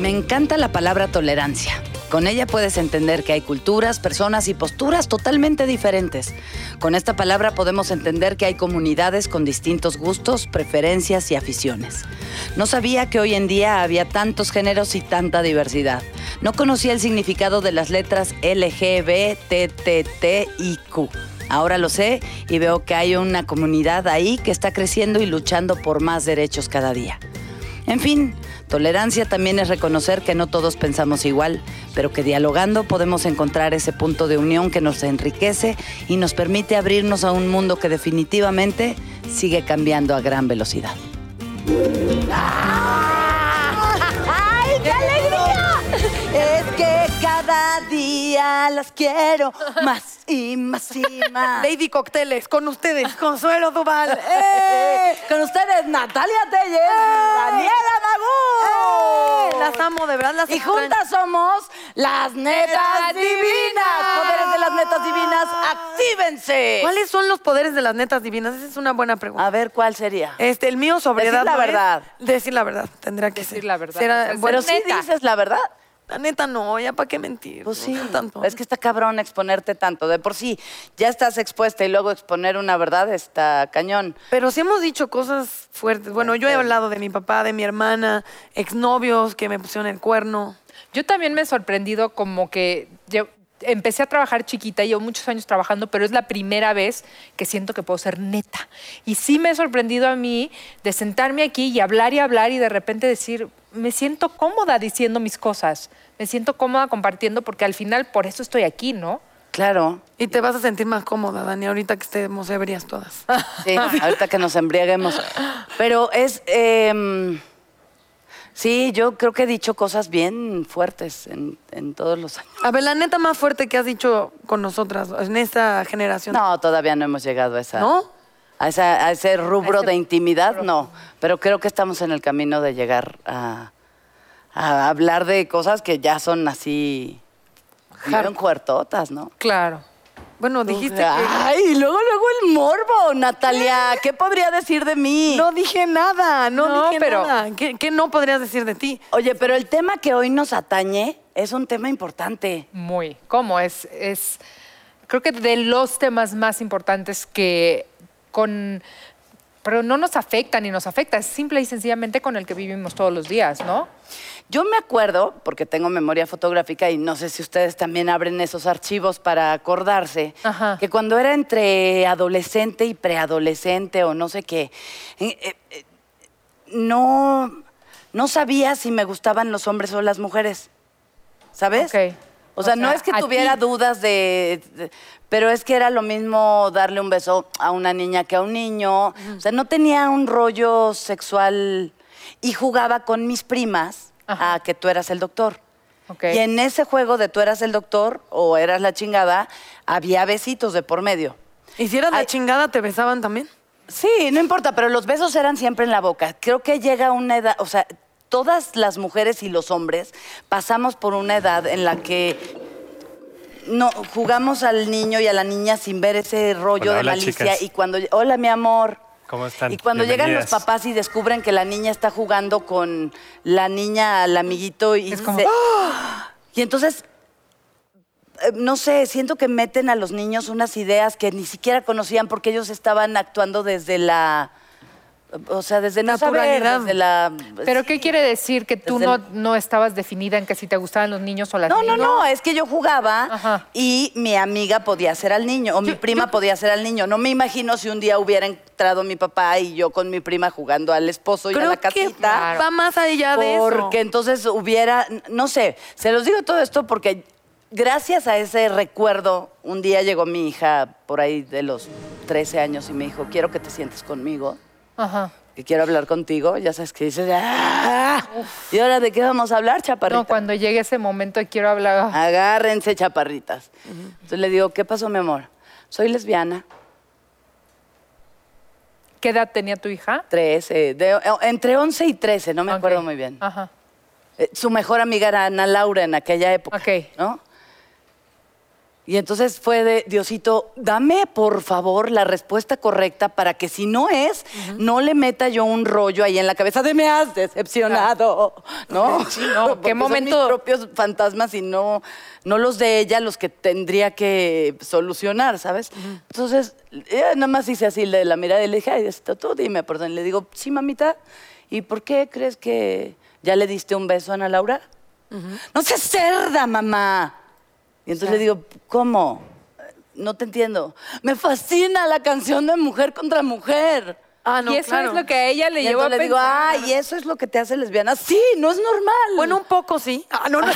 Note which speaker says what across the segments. Speaker 1: Me encanta la palabra tolerancia. Con ella puedes entender que hay culturas, personas y posturas totalmente diferentes. Con esta palabra podemos entender que hay comunidades con distintos gustos, preferencias y aficiones. No sabía que hoy en día había tantos géneros y tanta diversidad. No conocía el significado de las letras LGBTTIQ. Ahora lo sé y veo que hay una comunidad ahí que está creciendo y luchando por más derechos cada día. En fin, tolerancia también es reconocer que no todos pensamos igual, pero que dialogando podemos encontrar ese punto de unión que nos enriquece y nos permite abrirnos a un mundo que definitivamente sigue cambiando a gran velocidad.
Speaker 2: ¡Ay, qué alegría!
Speaker 1: Es que cada día las quiero más y más y más.
Speaker 2: Lady Cocteles, con ustedes, Consuelo Duval.
Speaker 1: ¡Eh! Con ustedes, Natalia Telles, Daniela Magú.
Speaker 2: ¡Eh! Las amo, de verdad, las
Speaker 1: Y
Speaker 2: extraño.
Speaker 1: juntas somos las netas
Speaker 2: Netas
Speaker 1: divinas.
Speaker 2: Divinas.
Speaker 1: Poderes de las netas divinas, actívense.
Speaker 2: ¿Cuáles son los poderes de las netas divinas? Esa es una buena pregunta.
Speaker 1: A ver, ¿cuál sería?
Speaker 2: Este, el mío
Speaker 1: Decir
Speaker 2: sobriedad.
Speaker 1: la
Speaker 2: no es.
Speaker 1: verdad.
Speaker 2: Decir la verdad, tendría que
Speaker 3: Decir
Speaker 2: ser.
Speaker 3: la verdad.
Speaker 2: Será-
Speaker 3: O sea, ser
Speaker 2: bueno,
Speaker 1: Pero si
Speaker 3: neta.
Speaker 1: dices la verdad.
Speaker 2: la neta no, ya para qué mentir.
Speaker 1: Pues
Speaker 2: ¿no?
Speaker 1: sí,
Speaker 2: Tanto.
Speaker 1: es que está cabrón exponerte tanto. De por sí, ya estás expuesta y luego exponer una verdad está cañón.
Speaker 2: Pero sí hemos dicho cosas fuertes. Bueno, yo he hablado de mi papá, de mi hermana, exnovios que me pusieron el cuerno.
Speaker 3: Yo también me he sorprendido como que yo empecé a trabajar chiquita, llevo muchos años trabajando, pero es la primera vez que siento que puedo ser neta. Y sí me he sorprendido a mí de sentarme aquí y hablar y hablar y de repente decir, me siento cómoda diciendo mis cosas, me siento cómoda compartiendo porque al final por eso estoy aquí, ¿no?
Speaker 1: Claro.
Speaker 2: Y te vas a sentir más cómoda, Dani, ahorita que estemos ebrias todas.
Speaker 1: Sí, ahorita que nos embriaguemos. Pero es. em, sí, yo creo que he dicho cosas bien fuertes en, en todos los años.
Speaker 2: A ver, la neta más fuerte que has dicho con nosotras, en esta generación.
Speaker 1: No, todavía no hemos llegado a esa.
Speaker 2: ¿No?
Speaker 1: A, esa- a ese rubro
Speaker 3: A ese
Speaker 1: de intimidad, no. Pero creo que estamos en el camino de llegar a, a hablar de cosas que ya son así. Fueron cuartotas, ¿no?
Speaker 3: Claro.
Speaker 2: Bueno, dijiste que...
Speaker 1: Ay, y luego, luego el morbo, Natalia. ¿Qué podría decir de mí?
Speaker 2: No dije nada, no,
Speaker 3: No,
Speaker 2: dije
Speaker 3: pero-
Speaker 2: nada. ¿Qué, qué no podrías decir de ti?
Speaker 1: Oye, pero el tema que hoy nos atañe es un tema importante.
Speaker 3: Muy. ¿Cómo? Es, es, creo que de los temas más importantes que con... Pero no nos afecta ni nos afecta, es simple y sencillamente con el que vivimos todos los días, ¿no?
Speaker 1: Yo me acuerdo, porque tengo memoria fotográfica y no sé si ustedes también abren esos archivos para acordarse,
Speaker 3: Ajá.
Speaker 1: que cuando era entre adolescente y preadolescente o no sé qué, eh, eh, eh, no, no sabía si me gustaban los hombres o las mujeres. ¿Sabes?
Speaker 3: Ok.
Speaker 1: O sea,
Speaker 3: O
Speaker 1: no
Speaker 3: sea,
Speaker 1: es que
Speaker 3: a
Speaker 1: tuviera
Speaker 3: ti.
Speaker 1: dudas de, de- Pero es que era lo mismo darle un beso a una niña que a un niño. O sea, no tenía un rollo sexual y jugaba con mis primas
Speaker 3: Ajá.
Speaker 1: a que tú eras el doctor.
Speaker 3: Ok.
Speaker 1: Y en ese juego de tú eras el doctor o eras la chingada, había besitos de por medio.
Speaker 2: ¿Y si eras la
Speaker 1: Ay.
Speaker 2: chingada, te besaban también?
Speaker 1: Sí, no importa, pero los besos eran siempre en la boca. Creo que llega una edad, o sea, todas las mujeres y los hombres pasamos por una edad en la que no jugamos al niño y a la niña sin ver ese rollo
Speaker 4: Hola,
Speaker 1: de
Speaker 4: hola,
Speaker 1: malicia
Speaker 4: chicas.
Speaker 1: y cuando hola mi amor.
Speaker 4: ¿Cómo están?
Speaker 1: Y cuando llegan los
Speaker 4: Bienvenidas.
Speaker 1: papás y descubren que la niña está jugando con la niña al amiguito y
Speaker 3: Es como,
Speaker 1: se- y entonces eh, no sé, siento que meten a los niños unas ideas que ni siquiera conocían porque ellos estaban actuando desde la, o sea, desde no saber,
Speaker 2: Naturalidad.
Speaker 1: desde la...
Speaker 3: ¿Pero qué quiere decir? ¿Que tú
Speaker 1: Desde
Speaker 3: no,
Speaker 1: el-
Speaker 3: no estabas definida en que si te gustaban los niños o las
Speaker 1: No, no,
Speaker 3: niñas?
Speaker 1: no, eh, es que yo jugaba
Speaker 3: Ajá.
Speaker 1: y mi amiga podía ser al niño, o mi prima podía ser al niño. No me imagino si un día hubiera entrado mi papá y yo con mi prima jugando al esposo y a la
Speaker 2: Creo que
Speaker 1: casita.
Speaker 2: va más allá de eso.
Speaker 1: Porque entonces hubiera, no sé, se los digo todo esto porque gracias a ese recuerdo, un día llegó mi hija por ahí de los 13 años y me dijo, quiero que te sientes conmigo,
Speaker 3: Ajá.
Speaker 1: que quiero hablar contigo, ya sabes que dices, "Ah". ¿y ahora de qué vamos a hablar, chaparrita?
Speaker 3: No, cuando llegue ese momento quiero hablar.
Speaker 1: Ah. Agárrense, chaparritas. Entonces le digo, ¿qué pasó, mi amor? Soy lesbiana,
Speaker 3: ¿Qué edad tenía tu hija?
Speaker 1: 13, de- entre 11 y 13, no me acuerdo
Speaker 3: Ok. Ah.
Speaker 1: muy bien.
Speaker 3: Ajá.
Speaker 1: Eh, su mejor amiga era Ana Laura en aquella época.
Speaker 3: Ok.
Speaker 1: ¿No? Y entonces fue de, Diosito, dame por favor la respuesta correcta para que si no es, no le meta yo un rollo ahí en la cabeza de me has decepcionado, ¿no?
Speaker 3: Sí, no, qué
Speaker 1: Porque son
Speaker 3: momento-
Speaker 1: mis propios fantasmas y no, no los de ella los que tendría que solucionar, ¿sabes? Entonces, ella nada más hice así de la mirada y le dije, ay, Diosito, tú dime, perdón. Y le digo, sí, mamita, ¿y por qué crees que ya le diste un beso a Ana Laura? No seas cerda, mamá. Y entonces le digo, ¿cómo? No te entiendo. Me fascina la canción de mujer contra mujer.
Speaker 2: Ah, no,
Speaker 3: y eso
Speaker 2: claro.
Speaker 3: es lo que a ella le
Speaker 1: y
Speaker 3: llevó a
Speaker 1: entonces le digo,
Speaker 3: pensar.
Speaker 1: ay, eso es lo que te hace lesbiana. Sí, no es normal.
Speaker 2: Bueno, un poco sí. Ah, no, no.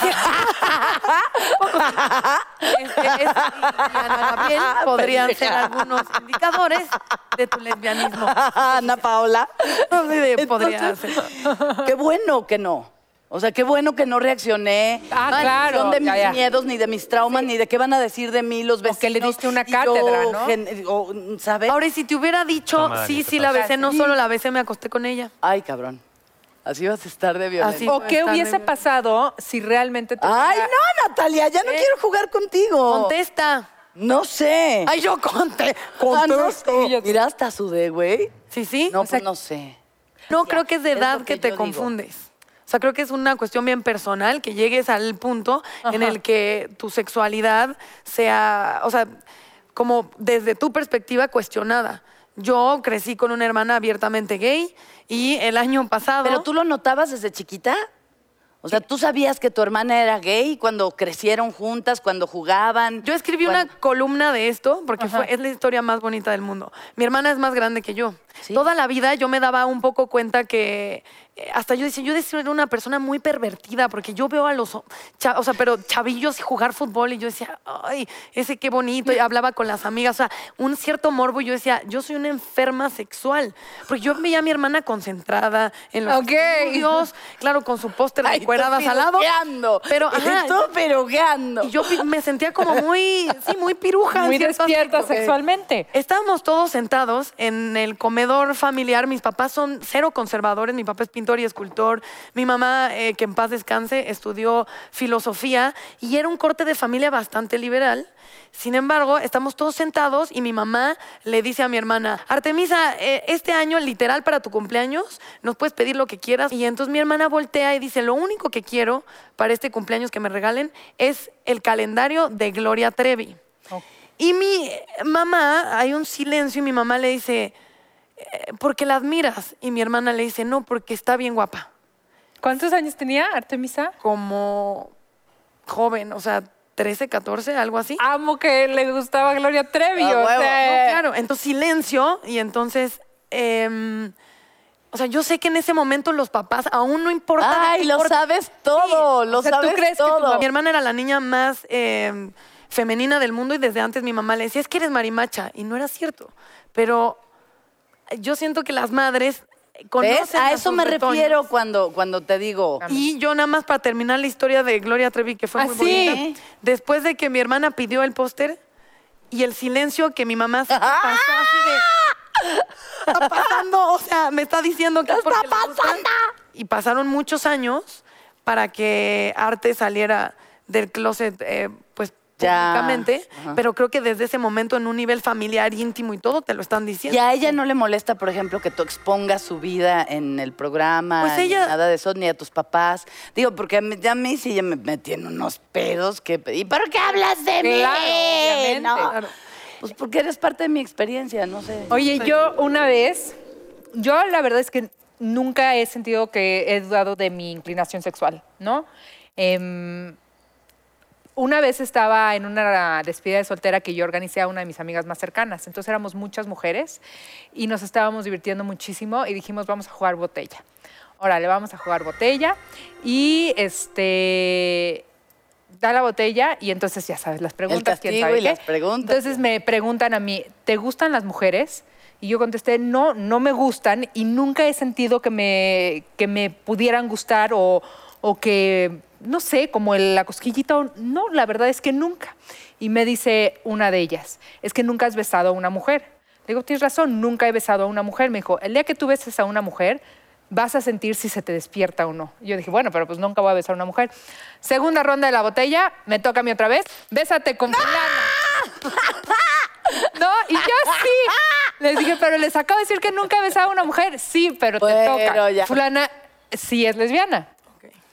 Speaker 2: Este, es- y Ana Gabriel podrían ser algunos indicadores de tu lesbianismo.
Speaker 1: Ana Paola.
Speaker 2: Así de, podría
Speaker 1: Entonces, Qué bueno que no. O sea, qué bueno que no reaccioné.
Speaker 3: Ah,
Speaker 1: Ay,
Speaker 3: claro,
Speaker 1: Son de mis
Speaker 3: ya, ya.
Speaker 1: miedos, ni de mis traumas, ni de qué van a decir de mí los vecinos.
Speaker 3: que le diste una
Speaker 1: Y yo
Speaker 3: cátedra, ¿no?
Speaker 1: gen- o, ¿Sabes?
Speaker 2: Ahora, y si te hubiera dicho,
Speaker 4: Toma,
Speaker 2: sí,
Speaker 4: Dani,
Speaker 2: sí, la
Speaker 3: total.
Speaker 2: besé, no solo la besé, me acosté con ella.
Speaker 1: Ay, cabrón. Así vas a estar de violenta.
Speaker 2: Así.
Speaker 3: ¿O qué
Speaker 2: Está
Speaker 3: hubiese
Speaker 2: nerviosa.
Speaker 3: pasado si realmente te
Speaker 1: Ay,
Speaker 3: hubiera-
Speaker 1: no, Natalia, ya no quiero jugar contigo.
Speaker 2: Contesta.
Speaker 1: No sé.
Speaker 2: Ay, yo conté.
Speaker 1: Ah, no
Speaker 2: Contesto.
Speaker 1: sé. Mira, hasta sudé, güey.
Speaker 2: Sí, sí.
Speaker 1: No,
Speaker 2: O sea,
Speaker 1: pues no sé.
Speaker 2: No, creo que es de
Speaker 1: es lo
Speaker 2: edad
Speaker 1: que
Speaker 2: que,
Speaker 1: yo
Speaker 2: te
Speaker 1: digo.
Speaker 2: confundes. O sea, creo que es una cuestión bien personal que llegues al punto en el que tu sexualidad sea, o sea, como desde tu perspectiva cuestionada. Yo crecí con una hermana abiertamente gay y el año pasado...
Speaker 1: ¿Pero tú lo notabas desde chiquita? O sea, ¿tú sabías que tu hermana era gay cuando crecieron juntas, cuando jugaban?
Speaker 2: Yo escribí
Speaker 1: Cuando-
Speaker 2: una columna de esto porque fue, es la historia más bonita del mundo. Mi hermana es más grande que yo.
Speaker 1: Sí.
Speaker 2: Toda la vida yo me daba un poco cuenta que eh, hasta yo decía, yo decía, era una persona muy pervertida porque yo veo a los, o cha- o sea, pero chavillos jugar fútbol y yo decía, ay, ese qué bonito. Y hablaba con las amigas, o sea, un cierto morbo. y Yo decía, yo soy una enferma sexual porque yo veía a mi hermana concentrada en los
Speaker 3: Ok.
Speaker 2: estudios, claro, con su póster de
Speaker 1: Ay, tú
Speaker 2: cueradas al lado.
Speaker 1: pirogueando.
Speaker 2: Pero,
Speaker 1: Y
Speaker 2: ajá,
Speaker 1: tú pirogueando.
Speaker 2: y yo pi- me sentía como muy, sí, muy piruja. en
Speaker 3: Muy
Speaker 2: cierto
Speaker 3: despierta
Speaker 2: aspecto.
Speaker 3: sexualmente.
Speaker 2: Estábamos todos sentados en el comedor familiar. Mis papás son cero conservadores. Mi papá es pintor y escultor. Mi mamá, eh, que en paz descanse, estudió filosofía y era un corte de familia bastante liberal. Sin embargo, estamos todos sentados y mi mamá le dice a mi hermana, Artemisa, eh, este año, literal, para tu cumpleaños, nos puedes pedir lo que quieras. Y entonces mi hermana voltea y dice, lo único que quiero para este cumpleaños que me regalen es el calendario de Gloria Trevi. Y mi mamá, hay un silencio y mi mamá le dice, "Eh, porque la admiras. Y mi hermana le dice, no, porque está bien guapa.
Speaker 3: ¿Cuántos años tenía Artemisa?
Speaker 2: Como joven, o sea, 13, 14, algo así.
Speaker 3: Amo que le gustaba Gloria Trevi.
Speaker 1: Ah,
Speaker 3: o
Speaker 1: huevo.
Speaker 2: No,
Speaker 3: sea,
Speaker 2: claro, entonces silencio y entonces... em, o sea, yo sé que en ese momento los papás aún no importa.
Speaker 1: Ay, lo sabes todo, lo
Speaker 3: O sea, ¿tú
Speaker 1: sabes
Speaker 3: crees que tu
Speaker 1: todo.
Speaker 3: mamá-
Speaker 2: Mi hermana era la niña más eh, femenina del mundo y desde antes mi mamá le decía, es que eres marimacha. Y no era cierto. Pero yo siento que las madres conocen
Speaker 1: ¿Ves? A eso
Speaker 2: sus
Speaker 1: me
Speaker 2: retoños.
Speaker 1: refiero cuando, cuando te digo.
Speaker 2: Y yo nada más para terminar la historia de Gloria Trevi, que fue
Speaker 3: Ah,
Speaker 2: muy
Speaker 3: ¿sí?
Speaker 2: bonita. Después de que mi hermana pidió el póster y el silencio que mi mamá se pasó
Speaker 1: ¡Ah!
Speaker 2: así de... Está pasando, o sea, me está diciendo que es
Speaker 1: está
Speaker 2: porque le gusta.
Speaker 1: pasando?
Speaker 2: Y pasaron muchos años para que Arte saliera del closet, eh, pues
Speaker 1: Ya.
Speaker 2: públicamente,
Speaker 1: Ajá.
Speaker 2: pero creo que desde ese momento en un nivel familiar, íntimo y todo, te lo están diciendo.
Speaker 1: ¿Y a ella no le molesta, por ejemplo, que tú expongas su vida en el programa?
Speaker 2: Pues
Speaker 1: ni
Speaker 2: ella-
Speaker 1: nada de eso, ni a tus papás. Digo, porque a mí, ya a mí sí ya me metí en unos pedos que... ¿Y por qué hablas de mí?
Speaker 3: Claro, obviamente,
Speaker 1: No.
Speaker 3: claro.
Speaker 1: Pues porque eres parte de mi experiencia, no sé.
Speaker 3: Oye, yo una vez, yo la verdad es que nunca he sentido que he dudado de mi inclinación sexual, ¿no? Em, una vez estaba en una despedida de soltera que yo organicé a una de mis amigas más cercanas. Entonces éramos muchas mujeres y nos estábamos divirtiendo muchísimo y dijimos, vamos a jugar botella. Órale, vamos a jugar botella y este da la botella y entonces ya sabes las preguntas, quién
Speaker 1: castigo
Speaker 3: sabe
Speaker 1: y las
Speaker 3: qué.
Speaker 1: preguntas.
Speaker 3: Entonces me preguntan a mí, ¿te gustan las mujeres? Y yo contesté, no, no me gustan y nunca he sentido que me, que me pudieran gustar o, o que, no sé, como el- la cosquillita. o- No, la verdad es que nunca. Y me dice una de ellas, es que nunca has besado a una mujer. Le digo, tienes razón, nunca he besado a una mujer. Me dijo, el día que tú beses a una mujer, vas a sentir si se te despierta o no. Yo dije, bueno, pero pues nunca voy a besar a una mujer. Segunda ronda de la botella, me toca a mí otra vez, bésate con fulana. No, y yo sí. Les dije, pero les acabo de decir que nunca he besado a una mujer. Sí, pero te
Speaker 1: Bueno,
Speaker 3: toca.
Speaker 1: ya.
Speaker 3: Fulana sí es lesbiana.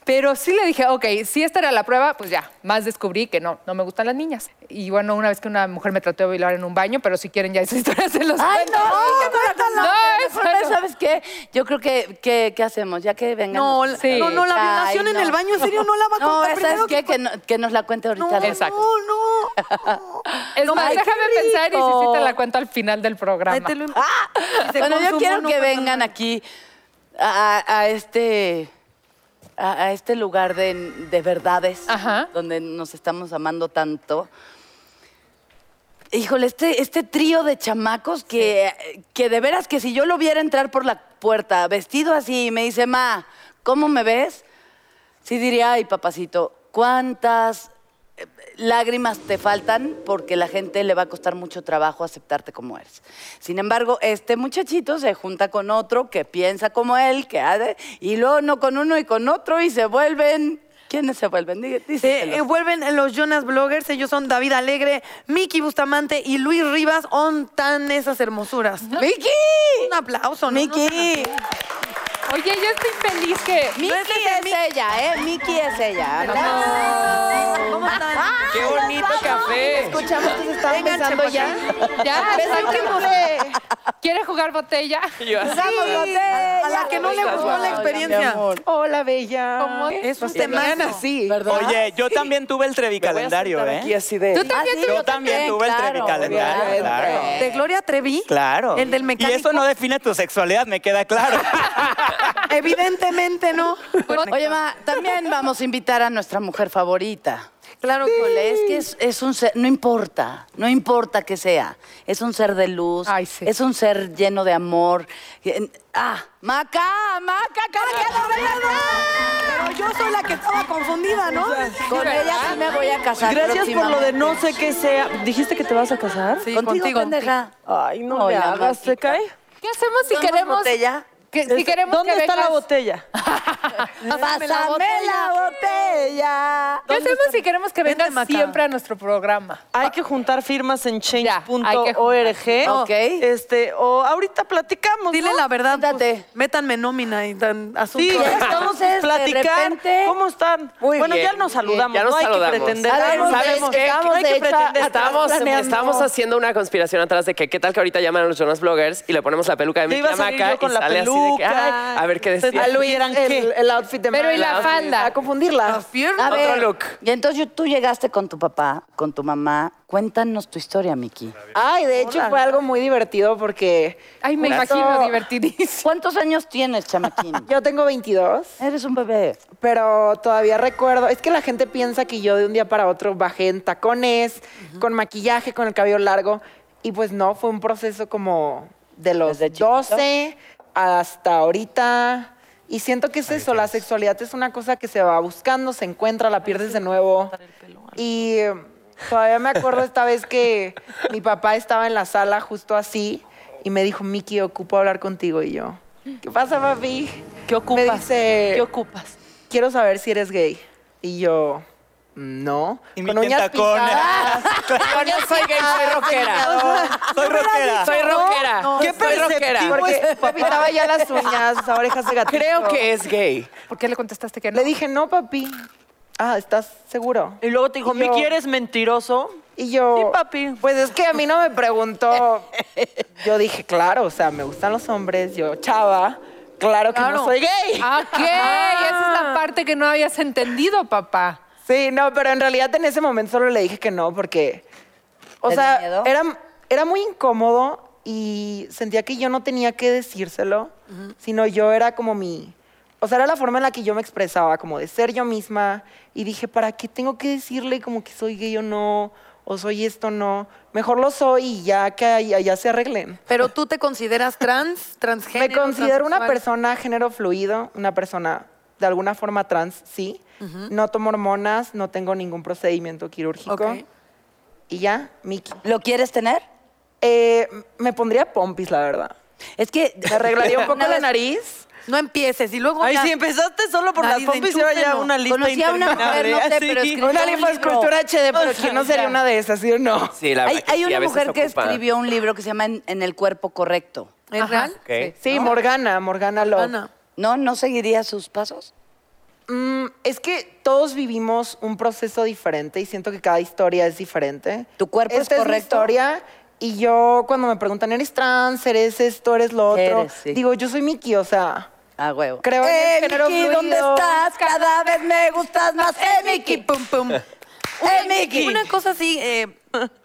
Speaker 3: Pero sí le dije, ok, si esta era la prueba, pues ya, más descubrí que no, no me gustan las niñas. Y bueno, una vez que una mujer me trató de bailar en un baño, pero si quieren ya esa historia se
Speaker 2: pues
Speaker 3: los
Speaker 1: Ay,
Speaker 3: cuento.
Speaker 1: no, cuéntalo.
Speaker 3: No, eso
Speaker 1: Pero
Speaker 3: no.
Speaker 1: ¿Sabes qué? Yo creo que, que, ¿qué hacemos? Ya que vengan.
Speaker 2: No,
Speaker 1: los-
Speaker 3: Sí.
Speaker 2: no, no, la
Speaker 1: Ay,
Speaker 2: violación
Speaker 1: no.
Speaker 2: en el baño, en serio, no la va a
Speaker 1: No,
Speaker 2: contar
Speaker 1: ¿sabes
Speaker 2: primero
Speaker 1: qué? Que, no- que nos la cuente ahorita.
Speaker 2: No,
Speaker 1: la-
Speaker 3: Exacto.
Speaker 2: no, no.
Speaker 3: Es
Speaker 2: No,
Speaker 3: más,
Speaker 2: ay, qué
Speaker 3: déjame pensar y si sí te la
Speaker 1: rico.
Speaker 3: cuento al final del programa.
Speaker 2: Mételo en- Si se
Speaker 1: Bueno, yo
Speaker 2: consumó,
Speaker 1: quiero
Speaker 2: no
Speaker 1: que
Speaker 2: pasa
Speaker 1: vengan
Speaker 2: nada.
Speaker 1: aquí a, a- a este a, a este lugar de, de verdades
Speaker 3: Ajá.
Speaker 1: donde nos estamos amando tanto. Híjole, este, este trío de chamacos que, que de veras que si yo lo viera entrar por la puerta vestido así y me dice, ma, ¿cómo me ves? Sí diría, ay, papacito, ¿cuántas eh, lágrimas te faltan? Porque la gente le va a costar mucho trabajo aceptarte como eres. Sin embargo, este muchachito se junta con otro que piensa como él, que ha de- y luego no con uno y con otro y se vuelven... ¿Quiénes se vuelven? Dí-
Speaker 2: Se
Speaker 1: díceselos.
Speaker 2: eh, vuelven los Jonas Bloggers, ellos son David Alegre, Miki Bustamante y Luis Rivas, on tan esas hermosuras.
Speaker 1: ¡Miki!
Speaker 2: Un aplauso, ¿no? No sean
Speaker 1: ¡Miki!
Speaker 2: así.
Speaker 3: Oye, yo estoy feliz que...
Speaker 1: Miki es ella, ¿eh? Miki es ella.
Speaker 2: ¿Cómo están?
Speaker 5: ¡Qué bonito café!
Speaker 1: Escuchamos que se están
Speaker 2: Vengan,
Speaker 1: besando
Speaker 2: chamacos.
Speaker 1: ya.
Speaker 3: Ya,
Speaker 1: Besan
Speaker 3: exacto.
Speaker 1: café.
Speaker 3: ¿Quiere jugar botella?
Speaker 5: Yo así.
Speaker 1: Besamos botella.
Speaker 2: A la que no le
Speaker 1: Besas,
Speaker 2: gustó la
Speaker 1: guau, mi
Speaker 2: experiencia.
Speaker 1: amor.
Speaker 6: Hola, bella.
Speaker 3: ¿Cómo te
Speaker 2: Es un
Speaker 3: gusta?
Speaker 2: tema
Speaker 6: Sí.
Speaker 1: ¿Verdad?
Speaker 5: Oye, yo también tuve el trevicalendario,
Speaker 6: Aquí
Speaker 5: ¿eh?
Speaker 6: así de.
Speaker 3: ¿Tú también
Speaker 1: sí,
Speaker 3: te
Speaker 5: Yo
Speaker 3: lo-
Speaker 5: también tuve el
Speaker 1: claro,
Speaker 5: trevicalendario,
Speaker 1: obviamente.
Speaker 5: claro.
Speaker 2: de Gloria Trevi.
Speaker 5: Claro.
Speaker 2: El del mecánico.
Speaker 5: Y eso no define tu sexualidad, me queda claro.
Speaker 2: Evidentemente no.
Speaker 1: Oye, ma, también vamos a invitar a nuestra mujer favorita.
Speaker 2: claro,
Speaker 1: Híjole, Es que es, es un ser, no importa, no importa que sea, es un ser de luz,
Speaker 3: Ay, sí.
Speaker 1: es un ser lleno de amor. Eh, Ah, Maca, Maca, cara que la
Speaker 2: Pero yo soy la que estaba confundida, ¿no?
Speaker 1: Con ella sí me voy a casar.
Speaker 6: Gracias por lo
Speaker 1: próximamente.
Speaker 6: de no sé qué sea. ¿Dijiste que te vas a casar?
Speaker 2: Sí,
Speaker 1: Contigo,
Speaker 2: contigo.
Speaker 1: pendeja.
Speaker 6: Ay, no
Speaker 1: Hola,
Speaker 6: le hagas, ¿te
Speaker 1: Marquita.
Speaker 6: cae?
Speaker 3: ¿Qué hacemos si
Speaker 1: ¿Tomas
Speaker 3: queremos...
Speaker 1: botella?
Speaker 3: que- si
Speaker 6: Es-
Speaker 3: queremos
Speaker 6: ¿Dónde
Speaker 3: que
Speaker 6: está la
Speaker 3: Becas-
Speaker 6: botella?
Speaker 1: Pásame la botella.
Speaker 3: ¿Qué hacemos si queremos que
Speaker 2: Vente,
Speaker 3: vengan
Speaker 2: Maca.
Speaker 3: siempre a nuestro programa?
Speaker 6: Hay que juntar firmas en
Speaker 3: hay que juntar.
Speaker 6: change.org.
Speaker 1: Ok.
Speaker 6: Este, o ahorita platicamos.
Speaker 2: Dile
Speaker 6: ¿no?
Speaker 2: la verdad. pues,
Speaker 1: Siéntate.
Speaker 2: métanme nómina y tan asunto.
Speaker 6: Sí, ya estamos
Speaker 1: Entonces, de
Speaker 6: platicar.
Speaker 1: repente-
Speaker 6: ¿Cómo están?
Speaker 1: Muy
Speaker 6: bueno,
Speaker 5: bien,
Speaker 6: ya nos saludamos.
Speaker 7: Ya nos
Speaker 6: no hay
Speaker 7: saludamos.
Speaker 6: que pretender.
Speaker 1: A ver,
Speaker 6: no
Speaker 1: ¿sabes
Speaker 6: sabemos.
Speaker 1: qué?
Speaker 6: No hay
Speaker 1: Estamos, de
Speaker 6: que
Speaker 1: hecho,
Speaker 6: pretender.
Speaker 7: Estamos,
Speaker 1: planeando.
Speaker 7: estamos haciendo una conspiración atrás de que qué tal que ahorita llaman a los Jonas Bloggers y le ponemos la peluca de
Speaker 6: Yo
Speaker 7: Mickey
Speaker 6: iba a salir
Speaker 7: Maca
Speaker 6: yo
Speaker 7: y
Speaker 6: con la
Speaker 7: sale así de que,
Speaker 6: peluca.
Speaker 7: ay, a ver qué decía.
Speaker 6: Ustedes vieran
Speaker 8: el,
Speaker 6: qué.
Speaker 8: el outfit de
Speaker 3: Pero y la
Speaker 7: Maca,
Speaker 3: falda.
Speaker 8: A confundirla.
Speaker 2: Pierna.
Speaker 1: A
Speaker 7: Otro
Speaker 1: ver,
Speaker 7: look.
Speaker 1: Y entonces yo- tú llegaste con tu papá, con tu mamá. Cuéntanos tu historia, Miki.
Speaker 8: Ay, de hecho fue algo muy divertido porque
Speaker 3: Ay, me
Speaker 8: Justo-
Speaker 3: imagino divertidísimo.
Speaker 1: ¿Cuántos años tienes, chamaquín?
Speaker 8: yo tengo 22,
Speaker 1: Eres un bebé.
Speaker 8: pero todavía recuerdo, es que la gente piensa que yo de un día para otro bajé en tacones, con maquillaje, con el cabello largo y pues no, fue un proceso como de los
Speaker 1: Desde chiquito.
Speaker 8: 12 hasta ahorita. Y siento que es eso, la sexualidad es una cosa que se va buscando, se encuentra, la pierdes de nuevo. Y eh, todavía me acuerdo esta vez que mi papá estaba en la sala justo así y me dijo, Miki, ocupo hablar contigo. Y yo, ¿qué pasa, papi?
Speaker 6: ¿Qué ocupas?
Speaker 8: Me dice,
Speaker 6: ¿Qué ocupas?
Speaker 8: quiero saber si eres gay. Y yo, no.
Speaker 5: Y mi tentacón. Ah,
Speaker 7: Yo no soy gay, soy rockera.
Speaker 5: Soy rockera.
Speaker 7: Soy rockera.
Speaker 6: ¿Qué
Speaker 7: soy rockera.
Speaker 6: perceptivo es
Speaker 8: Porque pintaba ya las uñas, las orejas de gatito.
Speaker 7: Creo que es gay.
Speaker 3: ¿Por qué le contestaste que no?
Speaker 8: Le dije, no, papi. Ah, ¿estás seguro?
Speaker 6: Y luego te dijo,
Speaker 8: Y yo-
Speaker 6: Miki, eres mentiroso.
Speaker 8: Y yo.
Speaker 6: Sí, papi.
Speaker 8: Pues es que a mí no me preguntó. Yo dije, claro, o sea, me gustan los hombres. Yo, chava, claro que no soy gay.
Speaker 3: Ah, Ok, esa es la parte que no habías entendido, papá.
Speaker 8: Sí, no, pero en realidad en ese momento solo le dije que no, porque. O
Speaker 1: ¿Te
Speaker 8: sea,
Speaker 1: dio miedo?
Speaker 8: era, era muy incómodo y sentía que yo no tenía que decírselo, sino yo era como mi. O sea, era la forma en la que yo me expresaba, como de ser yo misma. Y dije, ¿para qué tengo que decirle como que soy gay o no? O soy esto o no. Mejor lo soy y ya que ahí- allá se arreglen.
Speaker 2: Pero tú te consideras trans, transgénero.
Speaker 8: Me considero una
Speaker 2: transexual?
Speaker 8: persona género fluido, una persona de alguna forma trans, sí. No tomo hormonas, no tengo ningún procedimiento quirúrgico.
Speaker 2: Ok.
Speaker 8: Y ya, Miki.
Speaker 1: ¿Lo quieres tener?
Speaker 8: Eh, me pondría pompis, la verdad.
Speaker 1: Es que
Speaker 8: Me arreglaría un poco
Speaker 1: Una
Speaker 8: la
Speaker 1: vez-
Speaker 8: nariz.
Speaker 2: No empieces. Y luego.
Speaker 6: Ay,
Speaker 2: ya-
Speaker 6: si empezaste solo por las
Speaker 2: Nadie se
Speaker 6: pompis, ahora ya
Speaker 2: enchufe, no.
Speaker 6: una lista
Speaker 4: Conocí a una mujer,
Speaker 6: interminable.
Speaker 4: no sé,
Speaker 6: así.
Speaker 4: pero escribió
Speaker 8: Una
Speaker 4: un
Speaker 8: lista es
Speaker 4: libro.
Speaker 8: cultura HD, pero ¿quién no sería
Speaker 4: mira.
Speaker 8: una de esas, sí o no?
Speaker 7: Sí, la
Speaker 4: Hay,
Speaker 7: verdad que
Speaker 4: hay
Speaker 7: sí, a
Speaker 4: una
Speaker 7: veces
Speaker 4: mujer que
Speaker 7: ocupa.
Speaker 4: escribió un libro que se llama En, en el cuerpo correcto.
Speaker 2: ¿Es real? Ah,
Speaker 7: Ok.
Speaker 8: Sí, Morgana, Morgana Love.
Speaker 2: Ana.
Speaker 4: ¿No? ¿No seguiría sus pasos?
Speaker 8: Mm, es que todos vivimos un proceso diferente y siento que cada historia es diferente.
Speaker 4: ¿Tu cuerpo es
Speaker 8: Esta mi
Speaker 4: correcto?
Speaker 8: historia y yo cuando me preguntan, ¿eres trans? ¿Eres esto? ¿Eres lo
Speaker 4: ¿Qué
Speaker 8: otro?
Speaker 4: eres? Sí.
Speaker 8: Digo, yo soy Miki, o sea,
Speaker 4: Ah, huevo.
Speaker 8: creo
Speaker 4: ¡Eh,
Speaker 8: en el género
Speaker 4: Miki, ¿dónde
Speaker 8: fluido.
Speaker 4: estás? Cada vez me gustas más. ¡Eh, Miki!
Speaker 2: Pum, pum.
Speaker 4: ¡Eh, Miki!
Speaker 2: Una cosa así, eh,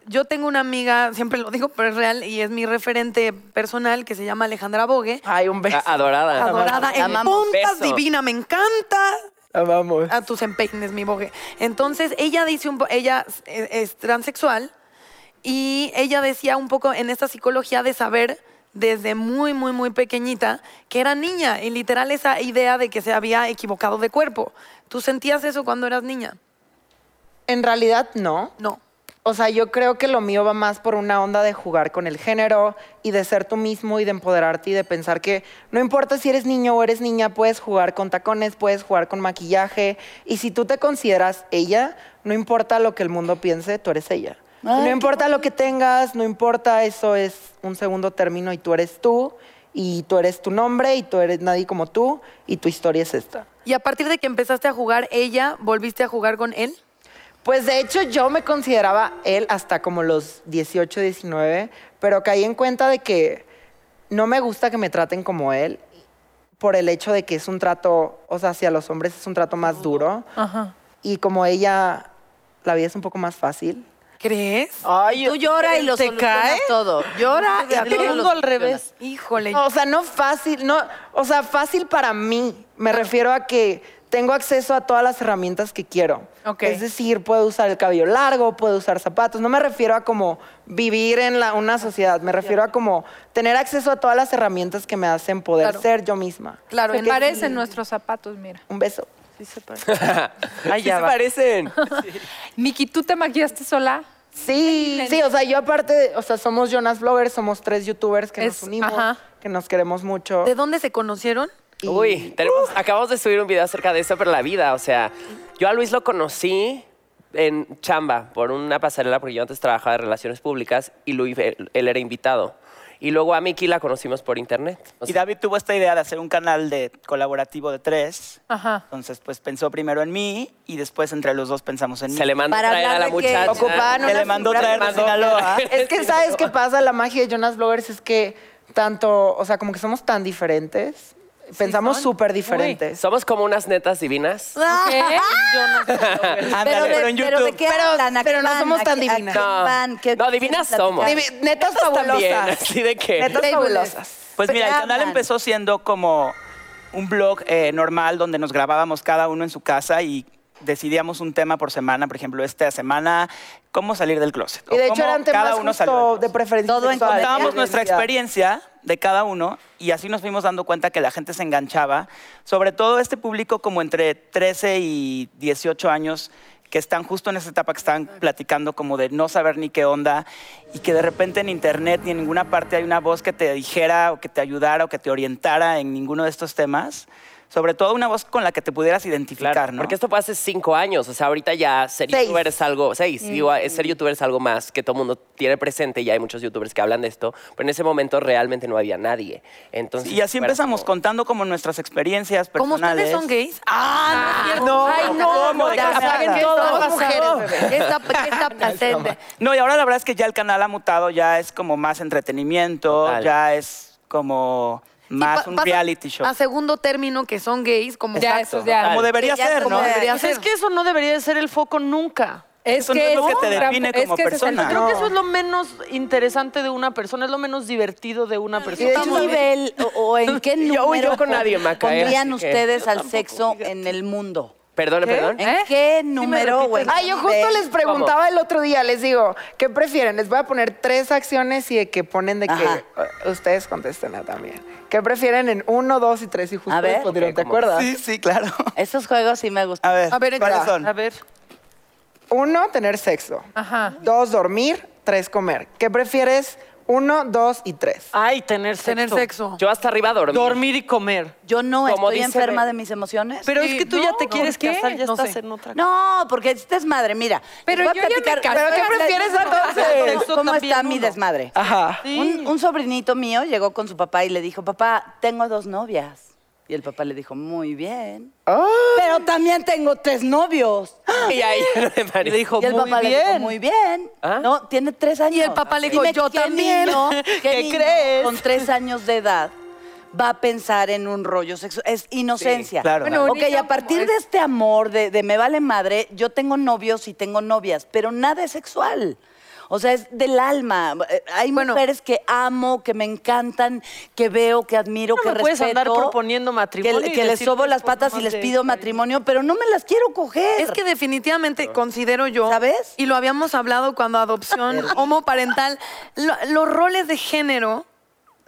Speaker 2: yo tengo una amiga, siempre lo digo, pero es real, y es mi referente personal, que se llama Alejandra Bogue.
Speaker 8: Ay, un beso.
Speaker 4: Ah,
Speaker 7: A- Adorada.
Speaker 2: Adorada en
Speaker 4: amamos.
Speaker 2: puntas,
Speaker 7: Beso.
Speaker 2: divina, me encanta.
Speaker 4: ah.
Speaker 8: Vamos.
Speaker 2: a tus empeines, mi boge. Entonces, ella dice un po- ella es, es transexual y ella decía un poco en esta psicología de saber desde muy, muy, muy pequeñita que era niña y literal esa idea de que se había equivocado de cuerpo. ¿Tú sentías eso cuando eras niña?
Speaker 8: En realidad, no.
Speaker 2: No.
Speaker 8: O sea, yo creo que lo mío va más por una onda de jugar con el género y de ser tú mismo y de empoderarte y de pensar que no importa si eres niño o eres niña, puedes jugar con tacones, puedes jugar con maquillaje y si tú te consideras ella, no importa lo que el mundo piense, tú eres ella. no importa lo que tengas, no importa, eso es un segundo término y tú eres tú y tú eres tu nombre y tú eres nadie como tú y tu historia es esta.
Speaker 2: Y a partir de que empezaste a jugar ella, ¿volviste a jugar con él?
Speaker 8: Pues de hecho yo me consideraba él hasta como los 18, 19, pero caí en cuenta de que no me gusta que me traten como él por el hecho de que es un trato, o sea, hacia los hombres es un trato más duro
Speaker 3: Ajá.
Speaker 8: y como ella la vida es un poco más fácil.
Speaker 2: ¿Crees?
Speaker 6: Ay,
Speaker 4: Tú llora y lo
Speaker 6: ¿Te
Speaker 4: solucionas
Speaker 6: cae?
Speaker 4: todo. Llora y
Speaker 6: Ya
Speaker 4: todo
Speaker 6: tengo
Speaker 4: lo
Speaker 6: al
Speaker 4: solucionas.
Speaker 6: revés.
Speaker 2: Híjole.
Speaker 8: No, o sea, no fácil, no, o sea, fácil para mí. Me refiero a que tengo acceso a todas las herramientas que quiero.
Speaker 3: Ok.
Speaker 8: Es decir, puedo usar el cabello largo, puedo usar zapatos. No me refiero a como vivir en la- una sociedad, me refiero a como tener acceso a todas las herramientas que me hacen poder
Speaker 2: Claro.
Speaker 8: ser yo misma.
Speaker 2: Claro,
Speaker 3: Se
Speaker 2: en-
Speaker 3: parecen nuestros zapatos, mira.
Speaker 8: Un beso.
Speaker 6: Sí se parece. Ay,
Speaker 7: Sí
Speaker 6: ya
Speaker 7: se
Speaker 6: va.
Speaker 7: parecen.
Speaker 3: Miki, ¿tú te maquillaste sola?
Speaker 8: Sí, sí, o sea, yo aparte, o sea, somos Jonas Vloggers, somos tres youtubers que
Speaker 3: Es-
Speaker 8: nos unimos,
Speaker 3: ajá.
Speaker 8: que nos queremos mucho.
Speaker 2: ¿De dónde se conocieron?
Speaker 8: y-
Speaker 7: Uy, tenemos- acabamos de subir un video acerca de eso, pero la vida, o sea, yo a Luis lo conocí en chamba por una pasarela porque yo antes trabajaba de relaciones públicas y Luis, él, él era invitado. Y luego a Miki la conocimos por internet. O
Speaker 5: Y
Speaker 7: sea,
Speaker 5: David tuvo esta idea de hacer un canal de colaborativo de tres.
Speaker 3: Ajá.
Speaker 5: Entonces, pues pensó primero en mí y después entre los dos pensamos en mí.
Speaker 7: se le mandó
Speaker 4: Para
Speaker 7: traer a
Speaker 4: hablar
Speaker 7: la
Speaker 4: de que
Speaker 7: muchacha.
Speaker 8: ocupaban
Speaker 5: Se le
Speaker 8: una
Speaker 5: mandó
Speaker 8: figura-
Speaker 5: traer de
Speaker 7: mandó-
Speaker 5: Sinaloa.
Speaker 8: Es que sabes qué pasa, la magia de Jonas Blowers es que tanto, o sea, como que somos tan diferentes, pensamos súper diferentes.
Speaker 7: Somos como unas netas divinas.
Speaker 5: Ándale, Ah, pero, en YouTube.
Speaker 4: Pero de qué
Speaker 8: Pero-
Speaker 4: hablan? ¿A
Speaker 8: pero
Speaker 4: qué
Speaker 8: no
Speaker 4: van?
Speaker 8: somos
Speaker 4: ¿A
Speaker 8: tan
Speaker 4: qué- a qué
Speaker 8: divinas.
Speaker 7: No.
Speaker 4: van? ¿Qué-
Speaker 7: No, divinas
Speaker 4: qué quieren
Speaker 7: somos.
Speaker 8: Divi-
Speaker 4: platicar?
Speaker 8: netas
Speaker 7: También,
Speaker 8: fabulosas.
Speaker 7: así de que...
Speaker 8: Netas fabulosas.
Speaker 5: Pues mira,
Speaker 8: ah,
Speaker 5: el canal
Speaker 4: Hablan.
Speaker 5: empezó siendo como un blog eh, normal donde nos grabábamos cada uno en su casa y decidíamos un tema por semana, por ejemplo, esta semana, cómo salir del closet.
Speaker 8: Y de
Speaker 5: o
Speaker 8: hecho
Speaker 5: cómo
Speaker 8: eran temas
Speaker 5: cada uno salió del
Speaker 8: justo
Speaker 5: closet.
Speaker 8: de preferencia
Speaker 4: Todo en
Speaker 8: sexual.
Speaker 4: comedia.
Speaker 5: Contábamos
Speaker 8: de
Speaker 5: nuestra
Speaker 8: identidad.
Speaker 5: experiencia de cada uno y así nos fuimos dando cuenta que la gente se enganchaba, sobre todo este público como entre 13 y 18 años que están justo en esa etapa que están platicando como de no saber ni qué onda y que de repente en internet ni en ninguna parte hay una voz que te dijera o que te ayudara o que te orientara en ninguno de estos temas, sobre todo una voz con la que te pudieras identificar,
Speaker 7: Claro,
Speaker 5: ¿no?
Speaker 7: porque esto fue hace cinco años. O sea, ahorita ya ser
Speaker 8: Seis.
Speaker 7: youtuber es algo. Seis. Digo, ser youtuber es algo más que todo el mundo tiene presente y hay muchos youtubers que hablan de esto. Pero en ese momento realmente no había nadie. Entonces.
Speaker 5: y así
Speaker 7: bueno,
Speaker 5: empezamos
Speaker 7: como-
Speaker 5: contando como nuestras experiencias
Speaker 2: ¿Cómo
Speaker 5: personales.
Speaker 2: ustedes
Speaker 5: Ah,
Speaker 2: son gays?
Speaker 8: No,
Speaker 4: Ay, no,
Speaker 5: ¿Cómo?
Speaker 4: no,
Speaker 5: ¿De
Speaker 4: ya
Speaker 5: qué se
Speaker 4: saben
Speaker 8: habla?
Speaker 4: que
Speaker 8: Todo
Speaker 4: somos
Speaker 8: ha pasado.
Speaker 4: mujeres, bebé. Esta- esta presente.
Speaker 5: No, y ahora la verdad es que ya el canal ha mutado, ya es como más entretenimiento,
Speaker 7: Total.
Speaker 5: ya es como más
Speaker 2: Sí, pa-
Speaker 5: un
Speaker 2: pasa
Speaker 5: reality show.
Speaker 2: A segundo término que son gays, como
Speaker 3: Ya,
Speaker 2: Exacto.
Speaker 3: eso ya.
Speaker 5: Como debería
Speaker 4: ya
Speaker 5: ser,
Speaker 4: como
Speaker 5: ¿no?
Speaker 4: debería
Speaker 6: Pues es que eso no debería de ser el foco nunca.
Speaker 3: Es
Speaker 5: Eso no es lo que te
Speaker 3: un gran-
Speaker 5: define
Speaker 3: es
Speaker 5: como
Speaker 3: que ese es el-
Speaker 5: persona.
Speaker 6: Creo que
Speaker 8: No.
Speaker 6: eso es lo menos interesante de una persona, es lo menos divertido de una
Speaker 4: ¿Y de
Speaker 6: persona.
Speaker 4: qué nivel o, o en qué
Speaker 7: Yo
Speaker 4: número
Speaker 7: voy yo con nadie, Maca, eh,
Speaker 4: pondrían
Speaker 7: así que-
Speaker 4: ustedes al sexo en el mundo?
Speaker 7: Perdón, perdón.
Speaker 1: Eh,
Speaker 4: ¿En qué número? o en
Speaker 8: Ay,
Speaker 4: qué
Speaker 8: yo justo
Speaker 4: nivel?
Speaker 8: les preguntaba el otro día, les digo, ¿qué prefieren? Les voy a poner tres acciones y de que ponen de que
Speaker 4: Ajá.
Speaker 8: eh, ustedes contesten ah, también. ¿Qué prefieren en uno, dos y tres? Y justo
Speaker 4: A ver.
Speaker 8: les pondieron,
Speaker 7: Ok,
Speaker 8: ¿te
Speaker 7: como-
Speaker 8: acuerdas?
Speaker 5: Sí, sí, claro.
Speaker 4: Esos juegos sí me gustan.
Speaker 5: A ver,
Speaker 2: A ver,
Speaker 5: ¿cuáles
Speaker 2: espera.
Speaker 5: son?
Speaker 6: A ver,
Speaker 8: Uno, tener sexo.
Speaker 3: Ajá.
Speaker 8: Dos, dormir. Tres, comer. ¿Qué prefieres Uno, dos y tres.
Speaker 6: Ay, tener sexo.
Speaker 2: Tener sexo.
Speaker 7: Yo hasta arriba dormí.
Speaker 6: Dormir y comer.
Speaker 1: Yo no
Speaker 7: Como
Speaker 1: estoy
Speaker 7: dice
Speaker 1: enferma
Speaker 7: Bel-
Speaker 1: de mis emociones.
Speaker 6: Pero es
Speaker 2: Sí,
Speaker 6: que tú
Speaker 2: no,
Speaker 6: ya te
Speaker 2: no,
Speaker 6: quieres
Speaker 2: ¿por qué?
Speaker 6: casar, ya
Speaker 2: No
Speaker 6: estás
Speaker 2: sé.
Speaker 6: en otra
Speaker 1: No, porque este es madre, mira.
Speaker 3: Pero
Speaker 1: les voy a
Speaker 3: yo ya me
Speaker 1: platicar-
Speaker 3: casé.
Speaker 1: les voy a
Speaker 3: ¿Pero qué
Speaker 1: platicar
Speaker 3: prefieres entonces?
Speaker 1: cómo- ¿Cómo
Speaker 6: También
Speaker 1: está mi
Speaker 6: uno.
Speaker 1: desmadre?
Speaker 8: Ajá.
Speaker 1: Un, un sobrinito mío llegó con su papá y le dijo, papá, tengo dos novias. Y el papá le dijo, muy bien. Pero también tengo tres novios.
Speaker 7: Y ahí
Speaker 6: Le dijo,
Speaker 1: y el
Speaker 6: muy
Speaker 1: papá le dijo,
Speaker 6: bien.
Speaker 1: muy bien.
Speaker 7: ¿Ah?
Speaker 1: No, tiene tres años.
Speaker 2: Y el papá le dijo,
Speaker 1: Dime,
Speaker 2: yo
Speaker 1: ¿qué
Speaker 2: también.
Speaker 1: niño- ¿Qué,
Speaker 6: ¿Qué
Speaker 1: niño
Speaker 6: crees?
Speaker 1: Con tres años de edad va a pensar en un rollo sexual. Es inocencia.
Speaker 5: claro. Bueno,
Speaker 3: un
Speaker 1: ok,
Speaker 3: niño
Speaker 1: a partir
Speaker 3: como
Speaker 1: de este amor de, de me vale madre, yo tengo novios y tengo novias, pero nada es sexual. O sea, es del alma. Eh, Hay mujeres que amo, que me encantan, que veo, que admiro,
Speaker 6: No
Speaker 1: que
Speaker 6: me puedes
Speaker 1: respeto.
Speaker 6: andar proponiendo matrimonio
Speaker 1: Que,
Speaker 6: y
Speaker 1: que les
Speaker 6: decir
Speaker 1: sobo
Speaker 6: tres
Speaker 1: las patas y
Speaker 6: formas
Speaker 1: les
Speaker 6: de
Speaker 1: pido
Speaker 6: estar ahí.
Speaker 1: matrimonio, pero no me las quiero coger.
Speaker 2: Es que definitivamente considero yo,
Speaker 1: ¿Sabes?
Speaker 2: y lo habíamos hablado cuando adopción homoparental, lo- los roles de género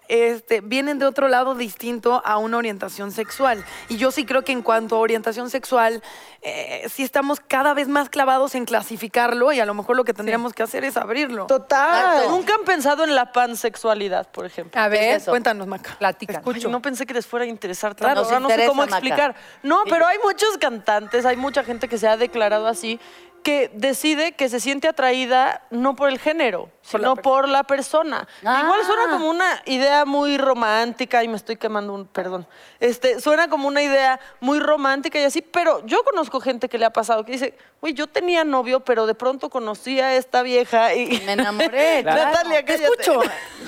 Speaker 2: este, vienen de otro lado distinto a una orientación sexual. Y yo sí creo que en cuanto a orientación sexual, eh, sí estamos cada vez más clavados en clasificarlo y a lo mejor lo que tendríamos que hacer es abrirlo.
Speaker 8: Total.
Speaker 6: Nunca han pensado en la pansexualidad, por ejemplo.
Speaker 3: A ver,
Speaker 2: ¿Eh?
Speaker 3: pues,
Speaker 2: Cuéntanos, Maca.
Speaker 3: platica.
Speaker 6: Escucho. no pensé que les fuera a interesar tanto.
Speaker 1: Claro,
Speaker 6: Ahora no sé
Speaker 1: interesa,
Speaker 6: cómo
Speaker 1: Maca.
Speaker 6: explicar. No, pero hay muchos cantantes, hay mucha gente que se ha declarado así, que decide que se siente atraída no por el género, sino por la persona.
Speaker 1: Ah.
Speaker 6: Igual suena como una idea muy romántica, y me estoy quemando un, perdón. Este, suena como una idea muy romántica y así, pero yo conozco gente que le ha pasado que dice, uy, yo tenía novio, pero de pronto conocí a esta vieja y...
Speaker 1: Me enamoré. claro.
Speaker 6: Natalia,
Speaker 2: Te
Speaker 6: cállate.
Speaker 2: escucho.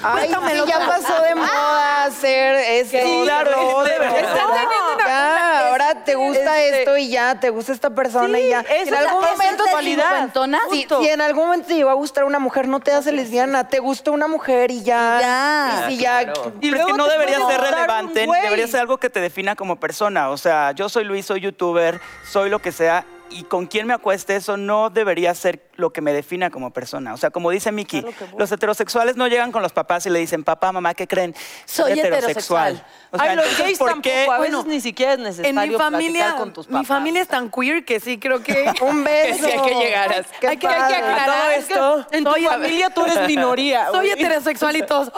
Speaker 8: Ay, sí, ya pasó de moda hacer esto.
Speaker 6: Ah. Sí, claro,
Speaker 8: otro,
Speaker 6: de verdad.
Speaker 8: ¿verdad?
Speaker 6: Están
Speaker 8: Ya, ahora te gusta
Speaker 6: este-
Speaker 8: esto y ya, te gusta esta persona y ya.
Speaker 6: esa
Speaker 8: Si en
Speaker 6: es la-
Speaker 8: algún
Speaker 6: esa es la
Speaker 8: momento
Speaker 6: cualidad.
Speaker 1: cincuentona.
Speaker 8: Si,
Speaker 6: Justo.
Speaker 8: si en algún momento te llegó a gustar una mujer, no te hace lesbiana, te gusta una mujer y ya.
Speaker 1: Ya.
Speaker 8: Y si ya.
Speaker 7: Claro.
Speaker 6: Y
Speaker 5: Pero es que
Speaker 6: luego
Speaker 5: no
Speaker 6: te
Speaker 5: debería
Speaker 6: puede
Speaker 5: ser
Speaker 6: gustar un
Speaker 5: relevante, ni
Speaker 6: güey.
Speaker 5: debería ser algo que te defina como persona. O sea, yo soy Luis, soy youtuber, soy lo que sea, y con quién me acueste, eso no debería ser lo que me defina como persona. O sea, como dice Miki, los heterosexuales no llegan con los papás y le dicen, papá, mamá, ¿qué creen?
Speaker 1: Soy heterosexual.
Speaker 5: O sea,
Speaker 6: Ay, los
Speaker 5: entonces,
Speaker 6: gays
Speaker 5: ¿por
Speaker 6: tampoco,
Speaker 5: qué?
Speaker 6: a veces
Speaker 2: Bueno,
Speaker 6: ni siquiera es
Speaker 2: En
Speaker 6: necesario
Speaker 2: mi familia,
Speaker 6: platicar con tus papás.
Speaker 2: mi familia es tan queer que sí creo que...
Speaker 8: Un
Speaker 7: Que
Speaker 8: beso.
Speaker 7: si hay que llegar a...
Speaker 8: Qué
Speaker 3: Hay que, hay que
Speaker 8: padre.
Speaker 3: aclarar.
Speaker 6: Todo esto, en tu familia tú eres minoría.
Speaker 2: Soy
Speaker 6: güey.
Speaker 2: heterosexual y todos...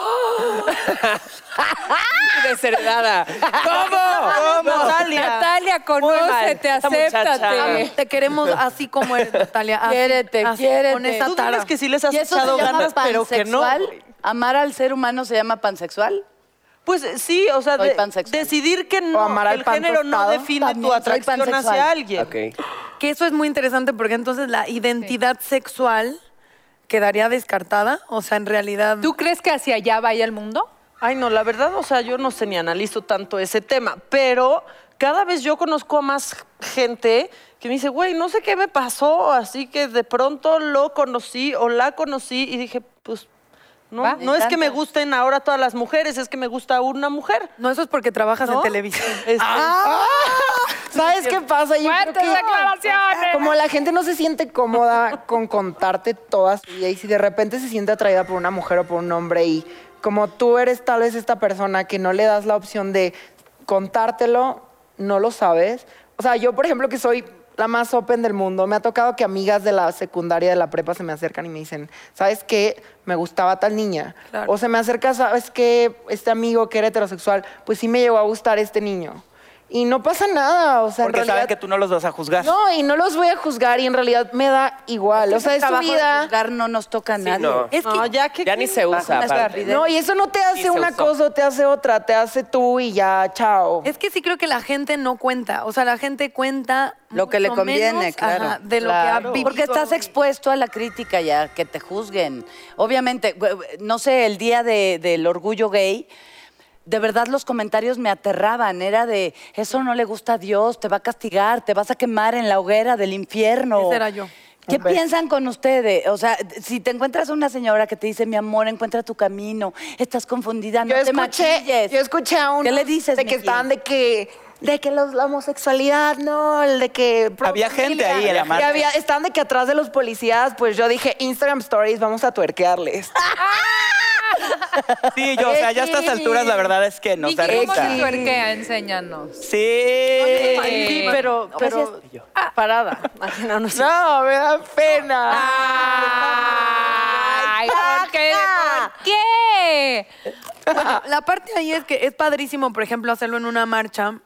Speaker 7: Desheredada. ¿Cómo?
Speaker 6: Natalia.
Speaker 3: Natalia, conócete,
Speaker 6: esta muchacha.
Speaker 3: acéptate.
Speaker 2: "Ah, Te queremos así como eres, Natalia. así,
Speaker 1: Quiérete,
Speaker 2: así,
Speaker 1: quiérete.
Speaker 2: Con esa
Speaker 6: Este, Tú
Speaker 2: tara.
Speaker 6: diles que sí les has
Speaker 1: ¿Y eso se
Speaker 6: echado
Speaker 1: llama
Speaker 6: ganas, pero que no.
Speaker 1: pansexual? ¿Amar al ser humano se llama pansexual?
Speaker 6: Pues sí, o sea,
Speaker 1: Soy
Speaker 6: de-
Speaker 1: pansexual.
Speaker 6: decidir que no,
Speaker 8: O amar
Speaker 6: que
Speaker 8: al
Speaker 6: el
Speaker 8: pan
Speaker 6: género no
Speaker 8: tostado.
Speaker 6: define
Speaker 1: También
Speaker 6: tu
Speaker 1: soy
Speaker 6: atracción
Speaker 1: pansexual.
Speaker 6: hacia alguien.
Speaker 7: Ok.
Speaker 2: Que eso es muy interesante porque entonces la identidad sexual quedaría descartada. O sea, en realidad.
Speaker 3: ¿Tú crees que hacia allá vaya el mundo?
Speaker 6: Ay, no, la verdad, o sea, yo no sé ni analizo tanto ese tema, pero cada vez yo conozco a más gente que me dice, güey, no sé qué me pasó, así que de pronto lo conocí o la conocí y dije, pues, no,
Speaker 3: Va,
Speaker 6: no es que me gusten ahora todas las mujeres, es que me gusta una mujer.
Speaker 2: No, eso es porque trabajas
Speaker 6: ¿no?
Speaker 2: en televisión. Ah,
Speaker 6: Este,
Speaker 8: ¿Sabes qué pasa? Yo creo
Speaker 3: ¡Fuertes
Speaker 8: que-
Speaker 3: declaraciones!
Speaker 8: Como la gente no se siente cómoda con contarte toda su vida y si de repente se siente atraída por una mujer o por un hombre y como tú eres tal vez esta persona que no le das la opción de contártelo, no lo sabes. O sea, yo por ejemplo que soy la más open del mundo, me ha tocado que amigas de la secundaria, de la prepa se me acercan y me dicen, ¿sabes qué? Me gustaba tal niña.
Speaker 2: Claro.
Speaker 8: O se me acerca, ¿sabes qué? Este amigo que era heterosexual, pues sí me llegó a gustar este niño. Y no pasa nada, o sea, en
Speaker 5: Porque saben
Speaker 8: realidad-
Speaker 5: que tú no los vas a juzgar.
Speaker 8: no, y no los voy a juzgar y en realidad me da igual. O sea, es su
Speaker 1: Trabajo de
Speaker 8: vida.
Speaker 1: juzgar no nos toca a nadie.
Speaker 7: no.
Speaker 2: Es que
Speaker 6: no, ya que
Speaker 7: Ya ni se usa,
Speaker 1: Bajo las
Speaker 7: aparte.
Speaker 1: olvidé.
Speaker 8: No, y eso no te
Speaker 7: Y
Speaker 8: hace
Speaker 7: se
Speaker 8: una
Speaker 7: usó.
Speaker 8: cosa, te hace otra, te hace tú y ya, chao.
Speaker 2: Es que sí creo que la gente no cuenta. O sea, la gente cuenta.
Speaker 1: Lo que le
Speaker 2: mucho
Speaker 1: conviene,
Speaker 2: menos,
Speaker 1: claro.
Speaker 2: ajá, de lo que ha vivido.
Speaker 1: Ah, Porque estás expuesto a la crítica ya, que te juzguen. Obviamente, gu- gu- no sé, el día de- del orgullo gay, de verdad los comentarios me aterraban. Era de, eso no le gusta a Dios, te va a castigar, te vas a quemar en la hoguera del infierno.
Speaker 2: Esa era yo.
Speaker 1: ¿Qué
Speaker 8: Hombre.
Speaker 1: piensan con ustedes? O sea, si te encuentras una señora que te dice, mi amor, encuentra tu camino, estás confundida, no
Speaker 8: yo
Speaker 1: te
Speaker 8: escuché,
Speaker 1: maquilles".
Speaker 8: yo escuché a un
Speaker 1: ¿Qué le dices,
Speaker 8: de que
Speaker 1: Miki?
Speaker 8: estaban de que de que los- la homosexualidad, no, el de que
Speaker 5: Había gente ahí en la
Speaker 8: Y
Speaker 5: marcha.
Speaker 8: había, estaban de que atrás de los policías, pues yo dije, Instagram Stories, vamos a tuerquearles.
Speaker 5: Sí, yo, o sea, ya a estas alturas la verdad es que nos da
Speaker 3: Miki, ¿cómo se
Speaker 5: risa.
Speaker 3: tuerquea? Enséñanos.
Speaker 5: Sí.
Speaker 6: Sí, pero, pero Ah,
Speaker 1: Ah.
Speaker 6: parada. Ay, no, no sé.
Speaker 8: No, me da pena.
Speaker 3: Ay, Ay, ¿por qué? ¿Por qué?
Speaker 2: Bueno, Ah, la parte ahí es que es padrísimo, por ejemplo, hacerlo en una marcha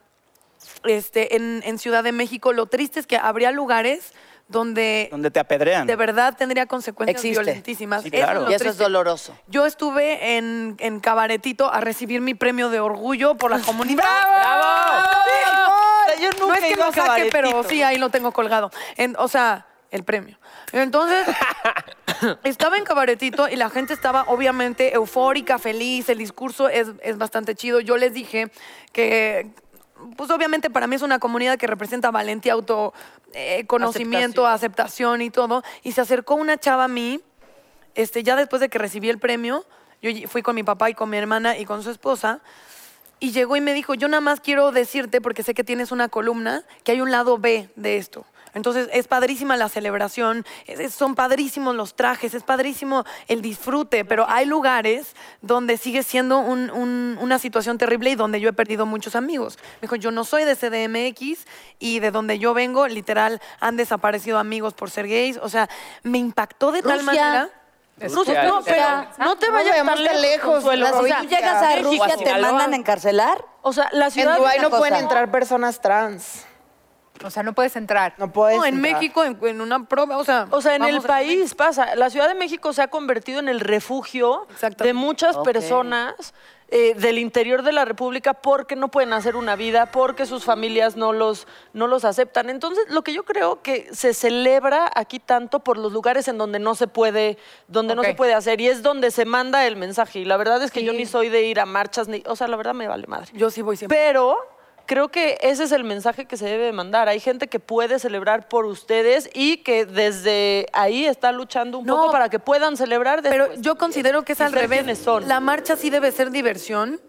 Speaker 2: este, en, en Ciudad de México. Lo triste es que habría lugares donde,
Speaker 5: Donde te apedrean.
Speaker 2: de verdad tendría consecuencias
Speaker 1: Existe.
Speaker 2: violentísimas.
Speaker 5: Sí,
Speaker 2: es
Speaker 5: claro.
Speaker 2: lo
Speaker 1: Y eso es
Speaker 2: triste.
Speaker 1: doloroso.
Speaker 2: Yo estuve en, en Cabaretito a recibir mi premio de orgullo por la comunidad.
Speaker 6: O sea, yo nunca
Speaker 2: No es que
Speaker 6: iba
Speaker 2: lo
Speaker 6: a
Speaker 2: saque, pero
Speaker 6: Cabaretito.
Speaker 2: sí, ahí lo tengo colgado. En- o sea, el premio. Entonces, estaba en cabaretito y la gente estaba obviamente eufórica, feliz, el discurso es, es bastante chido. Yo les dije que, pues obviamente para mí es una comunidad que representa valentía, auto, eh, conocimiento, aceptación y todo. Y se acercó una chava a mí este, ya después de que recibí el premio, yo ll- fui con mi papá y con mi hermana y con su esposa. Y llegó y me dijo, yo nada más quiero decirte, porque sé que tienes una columna, que hay un lado B de esto. Entonces es padrísima la celebración, es- es- son padrísimos los trajes, es padrísimo el disfrute, pero hay lugares donde sigue siendo un- un- una situación terrible y donde yo he perdido muchos amigos. Me dijo, yo no soy de CDMX y de donde yo vengo, literal, han desaparecido amigos por ser gays. O sea, me impactó de tal
Speaker 1: Rusia.
Speaker 2: manera.
Speaker 7: Rusia.
Speaker 6: No, pero no te vayas
Speaker 8: vayamos
Speaker 6: tan lejos,
Speaker 8: tan lejos,
Speaker 6: Consuelo.
Speaker 8: Las-
Speaker 1: O sea, si tú llegas a
Speaker 7: México,
Speaker 1: Rusia,
Speaker 7: a
Speaker 1: ¿te
Speaker 7: Sinaloa.
Speaker 1: mandan a encarcelar?
Speaker 6: O sea, la
Speaker 8: En
Speaker 6: ciudad...
Speaker 8: Dubái no
Speaker 1: cosa.
Speaker 8: pueden entrar personas trans.
Speaker 3: O sea, no puedes entrar.
Speaker 8: No puedes
Speaker 2: No, en
Speaker 8: entrar.
Speaker 2: México, en, en una prueba, o sea.
Speaker 6: O sea, en
Speaker 2: vamos
Speaker 6: el
Speaker 2: a-
Speaker 6: país pasa. La Ciudad de México se ha convertido en el refugio
Speaker 2: Exactamente.
Speaker 6: de muchas
Speaker 1: Ok.
Speaker 6: personas eh, del interior de la República porque no pueden hacer una vida, porque sus familias no los, no los aceptan. Entonces, lo que yo creo que se celebra aquí tanto por los lugares en donde no se puede, donde no
Speaker 3: Ok.
Speaker 6: se puede hacer y es donde se manda el mensaje. Y la verdad es que yo
Speaker 3: Sí.
Speaker 6: ni soy de ir a marchas, ni, o sea, la verdad me vale madre.
Speaker 2: Yo sí voy siempre.
Speaker 6: Pero creo que ese es el mensaje que se debe de mandar. Hay gente que puede celebrar por ustedes y que desde ahí está luchando un
Speaker 2: No,
Speaker 6: poco para que puedan celebrar.
Speaker 2: Pero
Speaker 6: después.
Speaker 2: yo
Speaker 7: pues,
Speaker 2: considero que es
Speaker 6: Y
Speaker 2: al
Speaker 6: ser
Speaker 2: revés.
Speaker 6: quienes son.
Speaker 2: La marcha sí debe ser diversión.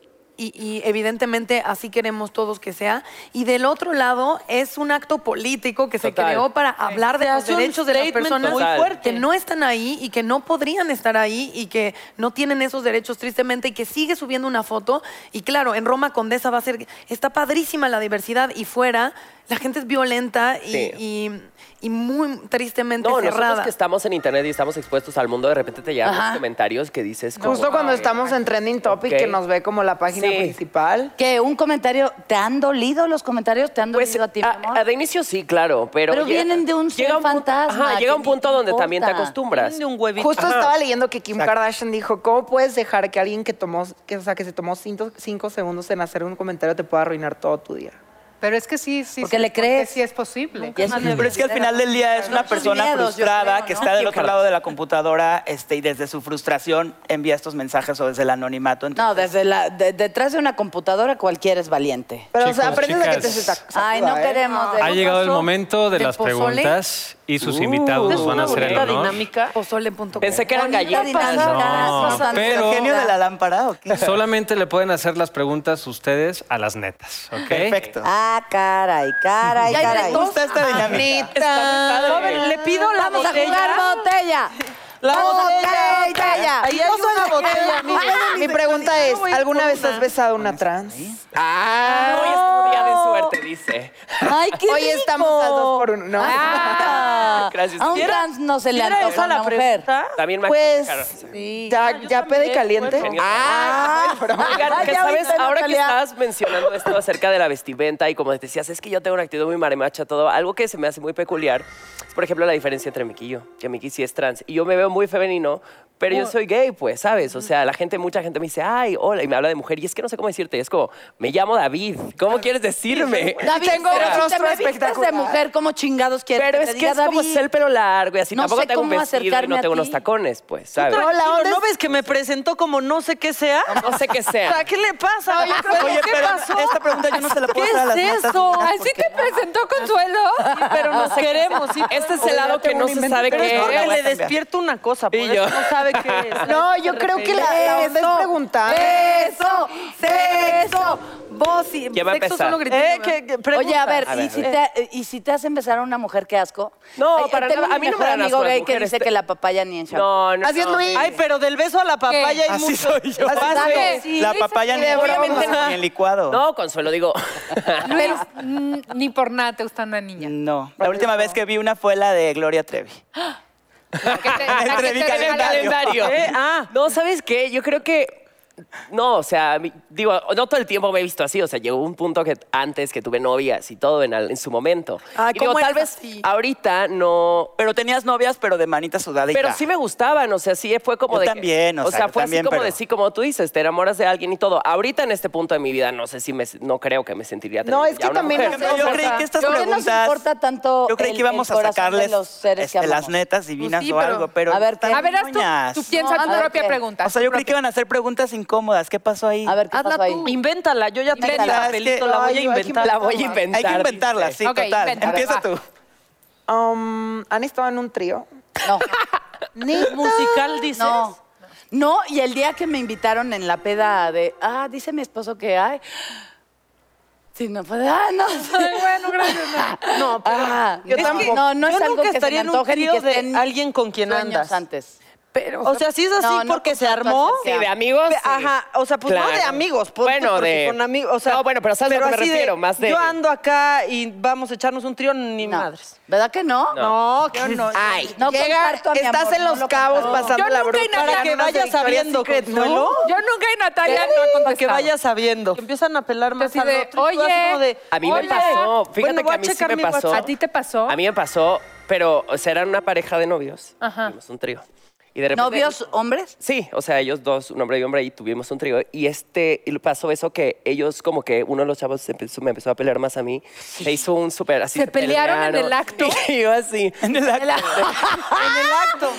Speaker 2: Y, y evidentemente así queremos todos que sea. Y del otro lado es un acto político que se
Speaker 7: Total.
Speaker 2: creó para hablar de
Speaker 6: Se
Speaker 2: los
Speaker 6: hace un
Speaker 2: derechos de las
Speaker 6: statement
Speaker 2: personas
Speaker 6: muy fuerte.
Speaker 2: que no están ahí y que no podrían estar ahí y que no tienen esos derechos tristemente y que sigue subiendo una foto. Y claro, en Roma Condesa va a ser, está padrísima la diversidad y fuera la gente es violenta y,
Speaker 7: Sí.
Speaker 2: y- y muy tristemente
Speaker 7: No, nosotros
Speaker 2: cerrada.
Speaker 7: que estamos en internet y estamos expuestos al mundo, de repente te llegan
Speaker 1: Ajá.
Speaker 7: los comentarios que dices... como,
Speaker 8: Justo cuando
Speaker 7: "Ay,
Speaker 8: estamos en Trending Topic,
Speaker 7: Ok.
Speaker 8: que nos ve como la página pues,
Speaker 7: Sí.
Speaker 8: principal.
Speaker 1: ¿Qué? ¿Un comentario? ¿Te han dolido los comentarios? ¿Te han dolido
Speaker 7: Pues
Speaker 1: a ti, mi amor?
Speaker 7: a- a de inicio sí, claro, pero...
Speaker 1: Pero vienen de un ser
Speaker 7: llega punto-
Speaker 1: fantasma,
Speaker 7: ajá,
Speaker 1: que
Speaker 7: llega un
Speaker 1: ni
Speaker 7: punto
Speaker 1: te
Speaker 7: donde también te
Speaker 1: importa.
Speaker 7: acostumbras.
Speaker 6: de un huevito.
Speaker 8: Justo estaba leyendo que Kim Kardashian dijo, ¿cómo puedes dejar que alguien que tomó, que, o sea, que se tomó cinco, cinco segundos en hacer un comentario te pueda arruinar todo tu día?
Speaker 3: Pero es que sí, sí.
Speaker 1: Porque
Speaker 3: sí,
Speaker 1: le crees.
Speaker 3: sí es
Speaker 1: Y
Speaker 3: posible.
Speaker 1: es-
Speaker 5: Pero es que al final del día es una persona
Speaker 1: miedos, yo
Speaker 5: frustrada
Speaker 1: creo,
Speaker 5: que
Speaker 1: ¿no?
Speaker 5: está del otro lado de la computadora este, y desde su frustración envía estos mensajes o desde el anonimato. Entonces,
Speaker 1: No, desde la, de- detrás de una computadora cualquiera es valiente.
Speaker 8: Pero, o sea,
Speaker 9: Chicos,
Speaker 8: aprendes a que te
Speaker 9: chicas.
Speaker 8: se sacuda,
Speaker 1: Ay, no
Speaker 8: ¿eh?
Speaker 1: queremos. de-
Speaker 9: Ha llegado el momento de
Speaker 2: ¿De
Speaker 9: las
Speaker 2: pozole?
Speaker 9: preguntas y sus
Speaker 6: Esta
Speaker 9: invitados
Speaker 6: Uh. es
Speaker 9: van
Speaker 6: una
Speaker 9: a hacer el
Speaker 6: bonita
Speaker 9: honor.
Speaker 6: dinámica.
Speaker 2: Pozole.com.
Speaker 7: Pensé que eran
Speaker 1: Bonita
Speaker 7: galletas.
Speaker 1: dinámica,
Speaker 9: No,
Speaker 1: cosas
Speaker 9: pero-
Speaker 5: ¿El genio de la lámpara o qué?
Speaker 9: Solamente le pueden hacer las preguntas ustedes a las netas, ¿ok?
Speaker 5: Perfecto.
Speaker 1: Ah, caray, caray, caray.
Speaker 5: Me gusta
Speaker 2: ah,
Speaker 5: esta dinámica.
Speaker 6: Está muy padre. Le pido la
Speaker 1: Vamos a
Speaker 6: botella.
Speaker 1: jugar botella.
Speaker 6: La
Speaker 1: Vamos a jugar botella.
Speaker 6: Ahí hay una botella, amiga.
Speaker 8: Mi pregunta es,
Speaker 6: voy
Speaker 8: ¿alguna
Speaker 6: por
Speaker 8: vez
Speaker 6: una.
Speaker 8: has besado a una trans?
Speaker 7: Ah, hoy es tu día de suerte, dice.
Speaker 1: Ay, qué
Speaker 8: Hoy
Speaker 1: rico.
Speaker 8: estamos al dos por uno. ¿no?
Speaker 1: Ah,
Speaker 7: Gracias.
Speaker 1: A un
Speaker 7: Si era-
Speaker 1: trans no se le
Speaker 6: ¿Sí era
Speaker 1: antoja
Speaker 6: esa la Ah.
Speaker 1: una mujer.
Speaker 6: pregunta?
Speaker 7: También me
Speaker 8: Pues,
Speaker 7: aconsejaron.
Speaker 8: ya, ya pede
Speaker 6: Ah, también,
Speaker 8: caliente.
Speaker 6: bueno.
Speaker 7: Ah, Oigan, que
Speaker 1: ya
Speaker 7: sabes,
Speaker 1: viste,
Speaker 7: ahora que
Speaker 1: Natalia.
Speaker 7: estabas mencionando esto acerca de la vestimenta y como decías, es que yo tengo una actitud muy maremacha, todo, algo que se me hace muy peculiar es, por ejemplo, la diferencia entre Miki y yo, que Miki sí es trans y yo me veo muy femenino, pero yo soy gay, pues, ¿sabes? O sea, la gente, mucha gente me dice, ay, hola, y me habla de mujer y es que no sé cómo decirte, y es como, me llamo David, ¿cómo quieres decirme?
Speaker 1: David,
Speaker 8: Tengo
Speaker 1: pero
Speaker 8: un
Speaker 1: si te
Speaker 8: rostro
Speaker 1: me vistes de
Speaker 8: espectacular.
Speaker 1: mujer, ¿cómo chingados quieres
Speaker 7: Pero
Speaker 1: que
Speaker 7: es
Speaker 1: te
Speaker 7: que
Speaker 1: diga
Speaker 7: es como
Speaker 1: David?
Speaker 7: es el pelo largo y así,
Speaker 1: No
Speaker 7: tampoco
Speaker 1: sé
Speaker 7: tengo un
Speaker 1: cómo
Speaker 7: vestido y
Speaker 1: acercarme
Speaker 7: no
Speaker 1: a
Speaker 7: tengo unos
Speaker 1: ti.
Speaker 7: tacones, pues, ¿sabes?
Speaker 6: ¿No ves que me presentó como no sé qué sea?
Speaker 7: No sé qué
Speaker 6: O sea,
Speaker 7: sea.
Speaker 6: ¿qué le pasa? Yo creo que,
Speaker 5: Oye,
Speaker 6: ¿Qué
Speaker 5: pero
Speaker 6: pasó?
Speaker 5: esta pregunta yo no se la puedo
Speaker 6: ¿Qué
Speaker 5: hacer a las
Speaker 6: es
Speaker 5: netas,
Speaker 6: eso?
Speaker 5: niñas,
Speaker 3: Así
Speaker 5: porque-
Speaker 3: te presentó Consuelo.
Speaker 6: Pero nos queremos. sí.
Speaker 7: Este es el lado que no se sabe
Speaker 6: Pero
Speaker 7: qué
Speaker 6: es porque
Speaker 7: es.
Speaker 6: le despierto una cosa, por
Speaker 7: Y
Speaker 6: eso
Speaker 7: yo.
Speaker 6: no sabe qué es.
Speaker 8: No, yo creo que la,
Speaker 6: Eh,
Speaker 8: la onda es preguntar.
Speaker 2: Eso, sexo, voz y
Speaker 7: ¿Quién va a
Speaker 2: sexo
Speaker 7: empezar?
Speaker 2: solo gritando.
Speaker 6: Eh, que, que preguntas.
Speaker 1: Oye, a ver,
Speaker 7: A
Speaker 1: ¿y,
Speaker 7: ver,
Speaker 1: si
Speaker 7: a
Speaker 1: Te, ¿y si te hacen besar a una mujer, qué asco?
Speaker 7: No,
Speaker 1: Ay,
Speaker 7: para
Speaker 1: tengo
Speaker 7: nada. A
Speaker 1: mi
Speaker 7: mí no me
Speaker 1: mejor
Speaker 7: dan asco
Speaker 1: amigo
Speaker 7: las
Speaker 1: gay que
Speaker 7: mujeres,
Speaker 1: dice
Speaker 7: te-
Speaker 1: que la papaya ni en champú.
Speaker 7: No, no.
Speaker 8: Así es,
Speaker 7: no.
Speaker 8: Luis.
Speaker 6: Ay, pero del beso a la papaya hay
Speaker 5: Así
Speaker 6: mucho.
Speaker 5: soy yo.
Speaker 8: Así
Speaker 6: Paso.
Speaker 8: sabe.
Speaker 6: Sí.
Speaker 5: La papaya ni en ni en licuado.
Speaker 7: No, Consuelo, digo.
Speaker 3: Pero, mm, ni por nada te gusta una niña.
Speaker 5: No. La última vez que vi una fue la de Gloria Trevi.
Speaker 3: La que te- la que
Speaker 5: Entre
Speaker 3: te
Speaker 5: mi
Speaker 3: regalaron.
Speaker 7: calendario. No, ¿sabes qué? Yo creo que. No, o sea, mi- digo, no todo el tiempo me he visto así. O sea, llegó un punto que antes que tuve novias y todo en, al- en su momento.
Speaker 2: Ah,
Speaker 7: y digo,
Speaker 2: ¿cómo
Speaker 7: tal
Speaker 2: eres
Speaker 7: vez
Speaker 2: así?
Speaker 7: ahorita no.
Speaker 5: Pero tenías novias, pero de manita sudadita.
Speaker 7: Pero sí me gustaban, o sea, sí fue como
Speaker 5: Yo
Speaker 7: de. que-
Speaker 5: también, o sea, yo
Speaker 7: fue
Speaker 5: también,
Speaker 7: así como
Speaker 5: pero-
Speaker 7: de sí, como tú dices, te enamoras de alguien y todo. Ahorita en este punto de mi vida, no sé si me. No creo que me sentiría.
Speaker 8: No,
Speaker 7: teniendo
Speaker 8: es
Speaker 7: ya
Speaker 8: que
Speaker 7: una
Speaker 8: también
Speaker 7: mujer.
Speaker 8: las
Speaker 5: Yo creí que estas
Speaker 4: ¿Por qué nos
Speaker 5: preguntas.
Speaker 4: importa tanto
Speaker 5: yo creí
Speaker 4: el-
Speaker 5: que íbamos
Speaker 4: el
Speaker 5: a
Speaker 4: corazón
Speaker 5: sacarles
Speaker 4: de los seres que
Speaker 5: este, las
Speaker 4: amamos?
Speaker 5: netas divinas
Speaker 2: Pues sí,
Speaker 5: o
Speaker 2: pero-
Speaker 5: algo, pero.
Speaker 4: A ver, ¿qué?
Speaker 3: A ver, haz
Speaker 5: ñoñas.
Speaker 3: tú, tú piensa
Speaker 4: No,
Speaker 3: tu
Speaker 4: a ver,
Speaker 3: propia
Speaker 4: ¿qué?
Speaker 3: pregunta.
Speaker 5: O sea, yo
Speaker 3: tu
Speaker 5: creí
Speaker 3: propia-
Speaker 5: que iban a hacer preguntas incómodas. ¿Qué pasó ahí?
Speaker 4: A ver, ¿qué
Speaker 2: Hazla
Speaker 4: pasó ahí?
Speaker 2: tú.
Speaker 6: Invéntala, yo ya tengo
Speaker 4: Invéntala.
Speaker 6: la pelito, la voy a
Speaker 8: Ay, yo aquí
Speaker 6: inventar.
Speaker 7: La voy a
Speaker 8: Hay que
Speaker 7: inventar.
Speaker 5: Hay que inventarlas, sí,
Speaker 3: Ok,
Speaker 5: total.
Speaker 3: inventa,
Speaker 5: Empieza
Speaker 3: va.
Speaker 5: tú.
Speaker 8: Um, ¿Han estado en un trío?
Speaker 4: No,
Speaker 6: Musical, dices.
Speaker 4: no. No, y el día que me invitaron en la peda de, ah, dice mi esposo que hay. Sí, no fue de, ah, no.
Speaker 6: Bueno, gracias. No, pero
Speaker 4: Ah,
Speaker 6: yo
Speaker 4: no,
Speaker 6: tampoco.
Speaker 4: no, no es
Speaker 6: Yo
Speaker 4: algo
Speaker 6: nunca
Speaker 4: que se me
Speaker 6: estaría en un
Speaker 4: antoje ni
Speaker 6: trío
Speaker 4: que
Speaker 6: de
Speaker 4: estén
Speaker 6: alguien con quien
Speaker 4: Sueños
Speaker 6: andas.
Speaker 4: antes.
Speaker 2: Pero,
Speaker 6: O sea, si es así
Speaker 4: No, no
Speaker 6: porque
Speaker 4: con
Speaker 6: se
Speaker 4: tanto
Speaker 6: armó.
Speaker 4: asociación.
Speaker 7: Sí, de amigos,
Speaker 6: Pe-
Speaker 7: sí.
Speaker 6: Ajá, o sea, pues no
Speaker 7: Claro.
Speaker 6: de amigos. Pues,
Speaker 7: Bueno,
Speaker 6: porque
Speaker 7: de-
Speaker 6: Con amigos, o sea,
Speaker 7: No, bueno, pero ¿sabes a lo que me
Speaker 6: así de,
Speaker 7: refiero? Más de-
Speaker 6: Yo ando acá y vamos a echarnos un trío, ni
Speaker 4: No.
Speaker 6: madres.
Speaker 4: ¿Verdad que no?
Speaker 6: No, que no.
Speaker 7: Ay.
Speaker 4: No
Speaker 8: Llega,
Speaker 4: comparto a mi
Speaker 8: estás
Speaker 4: amor,
Speaker 8: en
Speaker 4: no
Speaker 8: los
Speaker 4: lo
Speaker 8: cabos
Speaker 4: comparto.
Speaker 8: pasando
Speaker 3: Yo
Speaker 8: la
Speaker 3: nunca
Speaker 8: bruja.
Speaker 6: Para
Speaker 3: no
Speaker 6: que
Speaker 3: sé,
Speaker 6: vayas
Speaker 3: Victoria's
Speaker 6: sabiendo,
Speaker 3: Secret,
Speaker 6: Consuelo.
Speaker 3: Yo nunca y Natalia no ha contestado.
Speaker 6: Para que vayas sabiendo. Que empiezan a pelar más
Speaker 3: Así
Speaker 6: al
Speaker 3: de,
Speaker 6: otro y tú así
Speaker 3: oye,
Speaker 6: como de,
Speaker 7: A mí me
Speaker 3: Oye.
Speaker 7: pasó, fíjate
Speaker 6: Bueno,
Speaker 7: que
Speaker 6: voy
Speaker 7: a
Speaker 6: a
Speaker 7: mí sí
Speaker 6: checar
Speaker 7: me
Speaker 6: mi
Speaker 7: pasó.
Speaker 6: WhatsApp.
Speaker 3: ¿A ti te pasó?
Speaker 7: A mí me pasó, pero o sea, eran una pareja de novios. Tuvimos un trío. Y de repente-
Speaker 4: ¿Novios hombres?
Speaker 7: Sí, o sea, ellos dos, un hombre y un hombre, y tuvimos un trío. Y este, y pasó eso que ellos, como que uno de los chavos se empezó- me empezó a pelear más a mí. Le hizo un súper así.
Speaker 3: ¿Se pelearon en el acto?
Speaker 7: Y yo así. En el acto.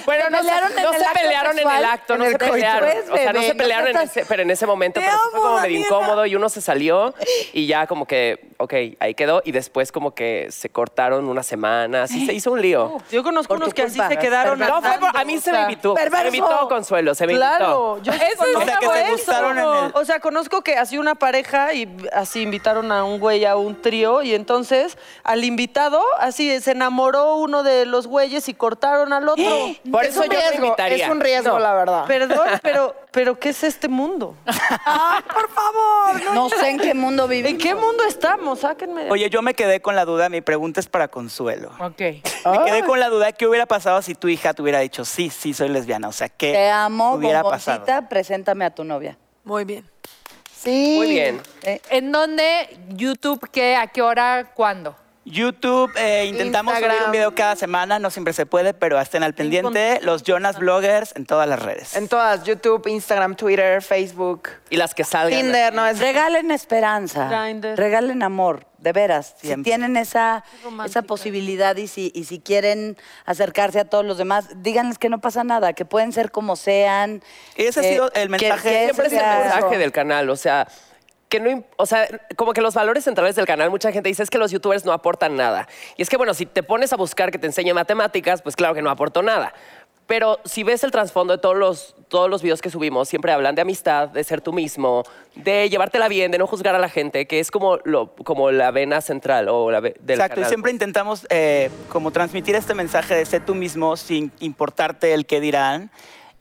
Speaker 7: Bueno, no, se-
Speaker 4: pelearon en
Speaker 7: no
Speaker 4: el
Speaker 7: se
Speaker 4: acto
Speaker 7: pelearon en
Speaker 4: sexual,
Speaker 7: el acto, no
Speaker 4: en el
Speaker 7: se pelearon.
Speaker 4: coito.
Speaker 7: o sea, no
Speaker 4: Pues, bebé,
Speaker 7: se
Speaker 4: no
Speaker 7: pelearon en
Speaker 4: estás-
Speaker 7: ese, pero en ese momento
Speaker 4: Te
Speaker 7: pero sí fue
Speaker 4: amo,
Speaker 7: como medio
Speaker 4: Daniela.
Speaker 7: incómodo y uno se salió y ya como que, ok, ahí quedó. Y después como que se cortaron una semana, así se hizo un lío.
Speaker 6: Yo conozco
Speaker 4: tu
Speaker 6: unos que así
Speaker 4: culpa.
Speaker 6: se quedaron.
Speaker 7: No, fue por- a mí
Speaker 6: o
Speaker 7: se me
Speaker 6: sea,
Speaker 7: invitó. Se
Speaker 4: perverso.
Speaker 7: me invitó Consuelo, se me invitó.
Speaker 6: Claro, yo sí
Speaker 3: Eso es
Speaker 6: conozco
Speaker 5: O sea, que se
Speaker 6: eso.
Speaker 5: gustaron en el-
Speaker 6: O sea, conozco que así una pareja y así invitaron a un güey a un trío y entonces al invitado así se enamoró uno de los güeyes y cortaron al otro.
Speaker 7: Por
Speaker 8: Es
Speaker 7: eso
Speaker 8: un
Speaker 7: yo te
Speaker 8: riesgo,
Speaker 7: invitaría.
Speaker 8: es un riesgo, la verdad.
Speaker 6: Perdón, pero pero ¿qué es este mundo?
Speaker 4: No sé en qué mundo vivimos.
Speaker 6: ¿En qué mundo estamos? Sáquenme. de-
Speaker 5: Oye, yo me quedé con la duda, mi pregunta es para Consuelo.
Speaker 3: Ok. Eh,
Speaker 5: Me quedé con la duda de qué hubiera pasado si tu hija te hubiera dicho, sí, sí, soy lesbiana. O sea, ¿qué
Speaker 4: Te amo,
Speaker 5: hubiera pasado?
Speaker 4: bomboncita, preséntame a tu novia.
Speaker 2: muy bien.
Speaker 8: Sí.
Speaker 7: Muy bien.
Speaker 3: ¿En dónde? ¿YouTube qué? ¿A qué hora? ¿Cuándo?
Speaker 5: YouTube, eh, intentamos subir un video cada semana, no siempre se puede, pero estén al pendiente. Los Jonas Bloggers en todas las redes.
Speaker 8: En todas, YouTube, Instagram, Twitter, Facebook,
Speaker 7: Y las que salgan.
Speaker 8: Tinder, no es...
Speaker 4: Regalen esperanza,
Speaker 6: Grindr.
Speaker 4: regalen amor, de veras. Si
Speaker 5: Siempre.
Speaker 4: tienen esa,
Speaker 6: romántica.
Speaker 4: esa posibilidad y si, y si quieren acercarse a todos los demás, díganles que no pasa nada, que pueden ser como sean.
Speaker 5: Ese ha sido el mensaje.
Speaker 7: Siempre es el
Speaker 4: sea-
Speaker 7: mensaje del canal, o sea, que no, im- o sea, como que los valores centrales del canal, mucha gente dice es que los youtubers no aportan nada. Y es que bueno, si te pones a buscar que te enseñe matemáticas, pues claro que no aportó nada. Pero si ves el trasfondo de todos los, todos los videos que subimos, siempre hablan de amistad, de ser tú mismo, de llevártela bien, de no juzgar a la gente, que es como, lo, como la vena central o la ve- del
Speaker 5: Exacto,
Speaker 7: canal.
Speaker 5: y
Speaker 7: pues.
Speaker 5: siempre intentamos eh, como transmitir este mensaje de ser tú mismo sin importarte el que dirán.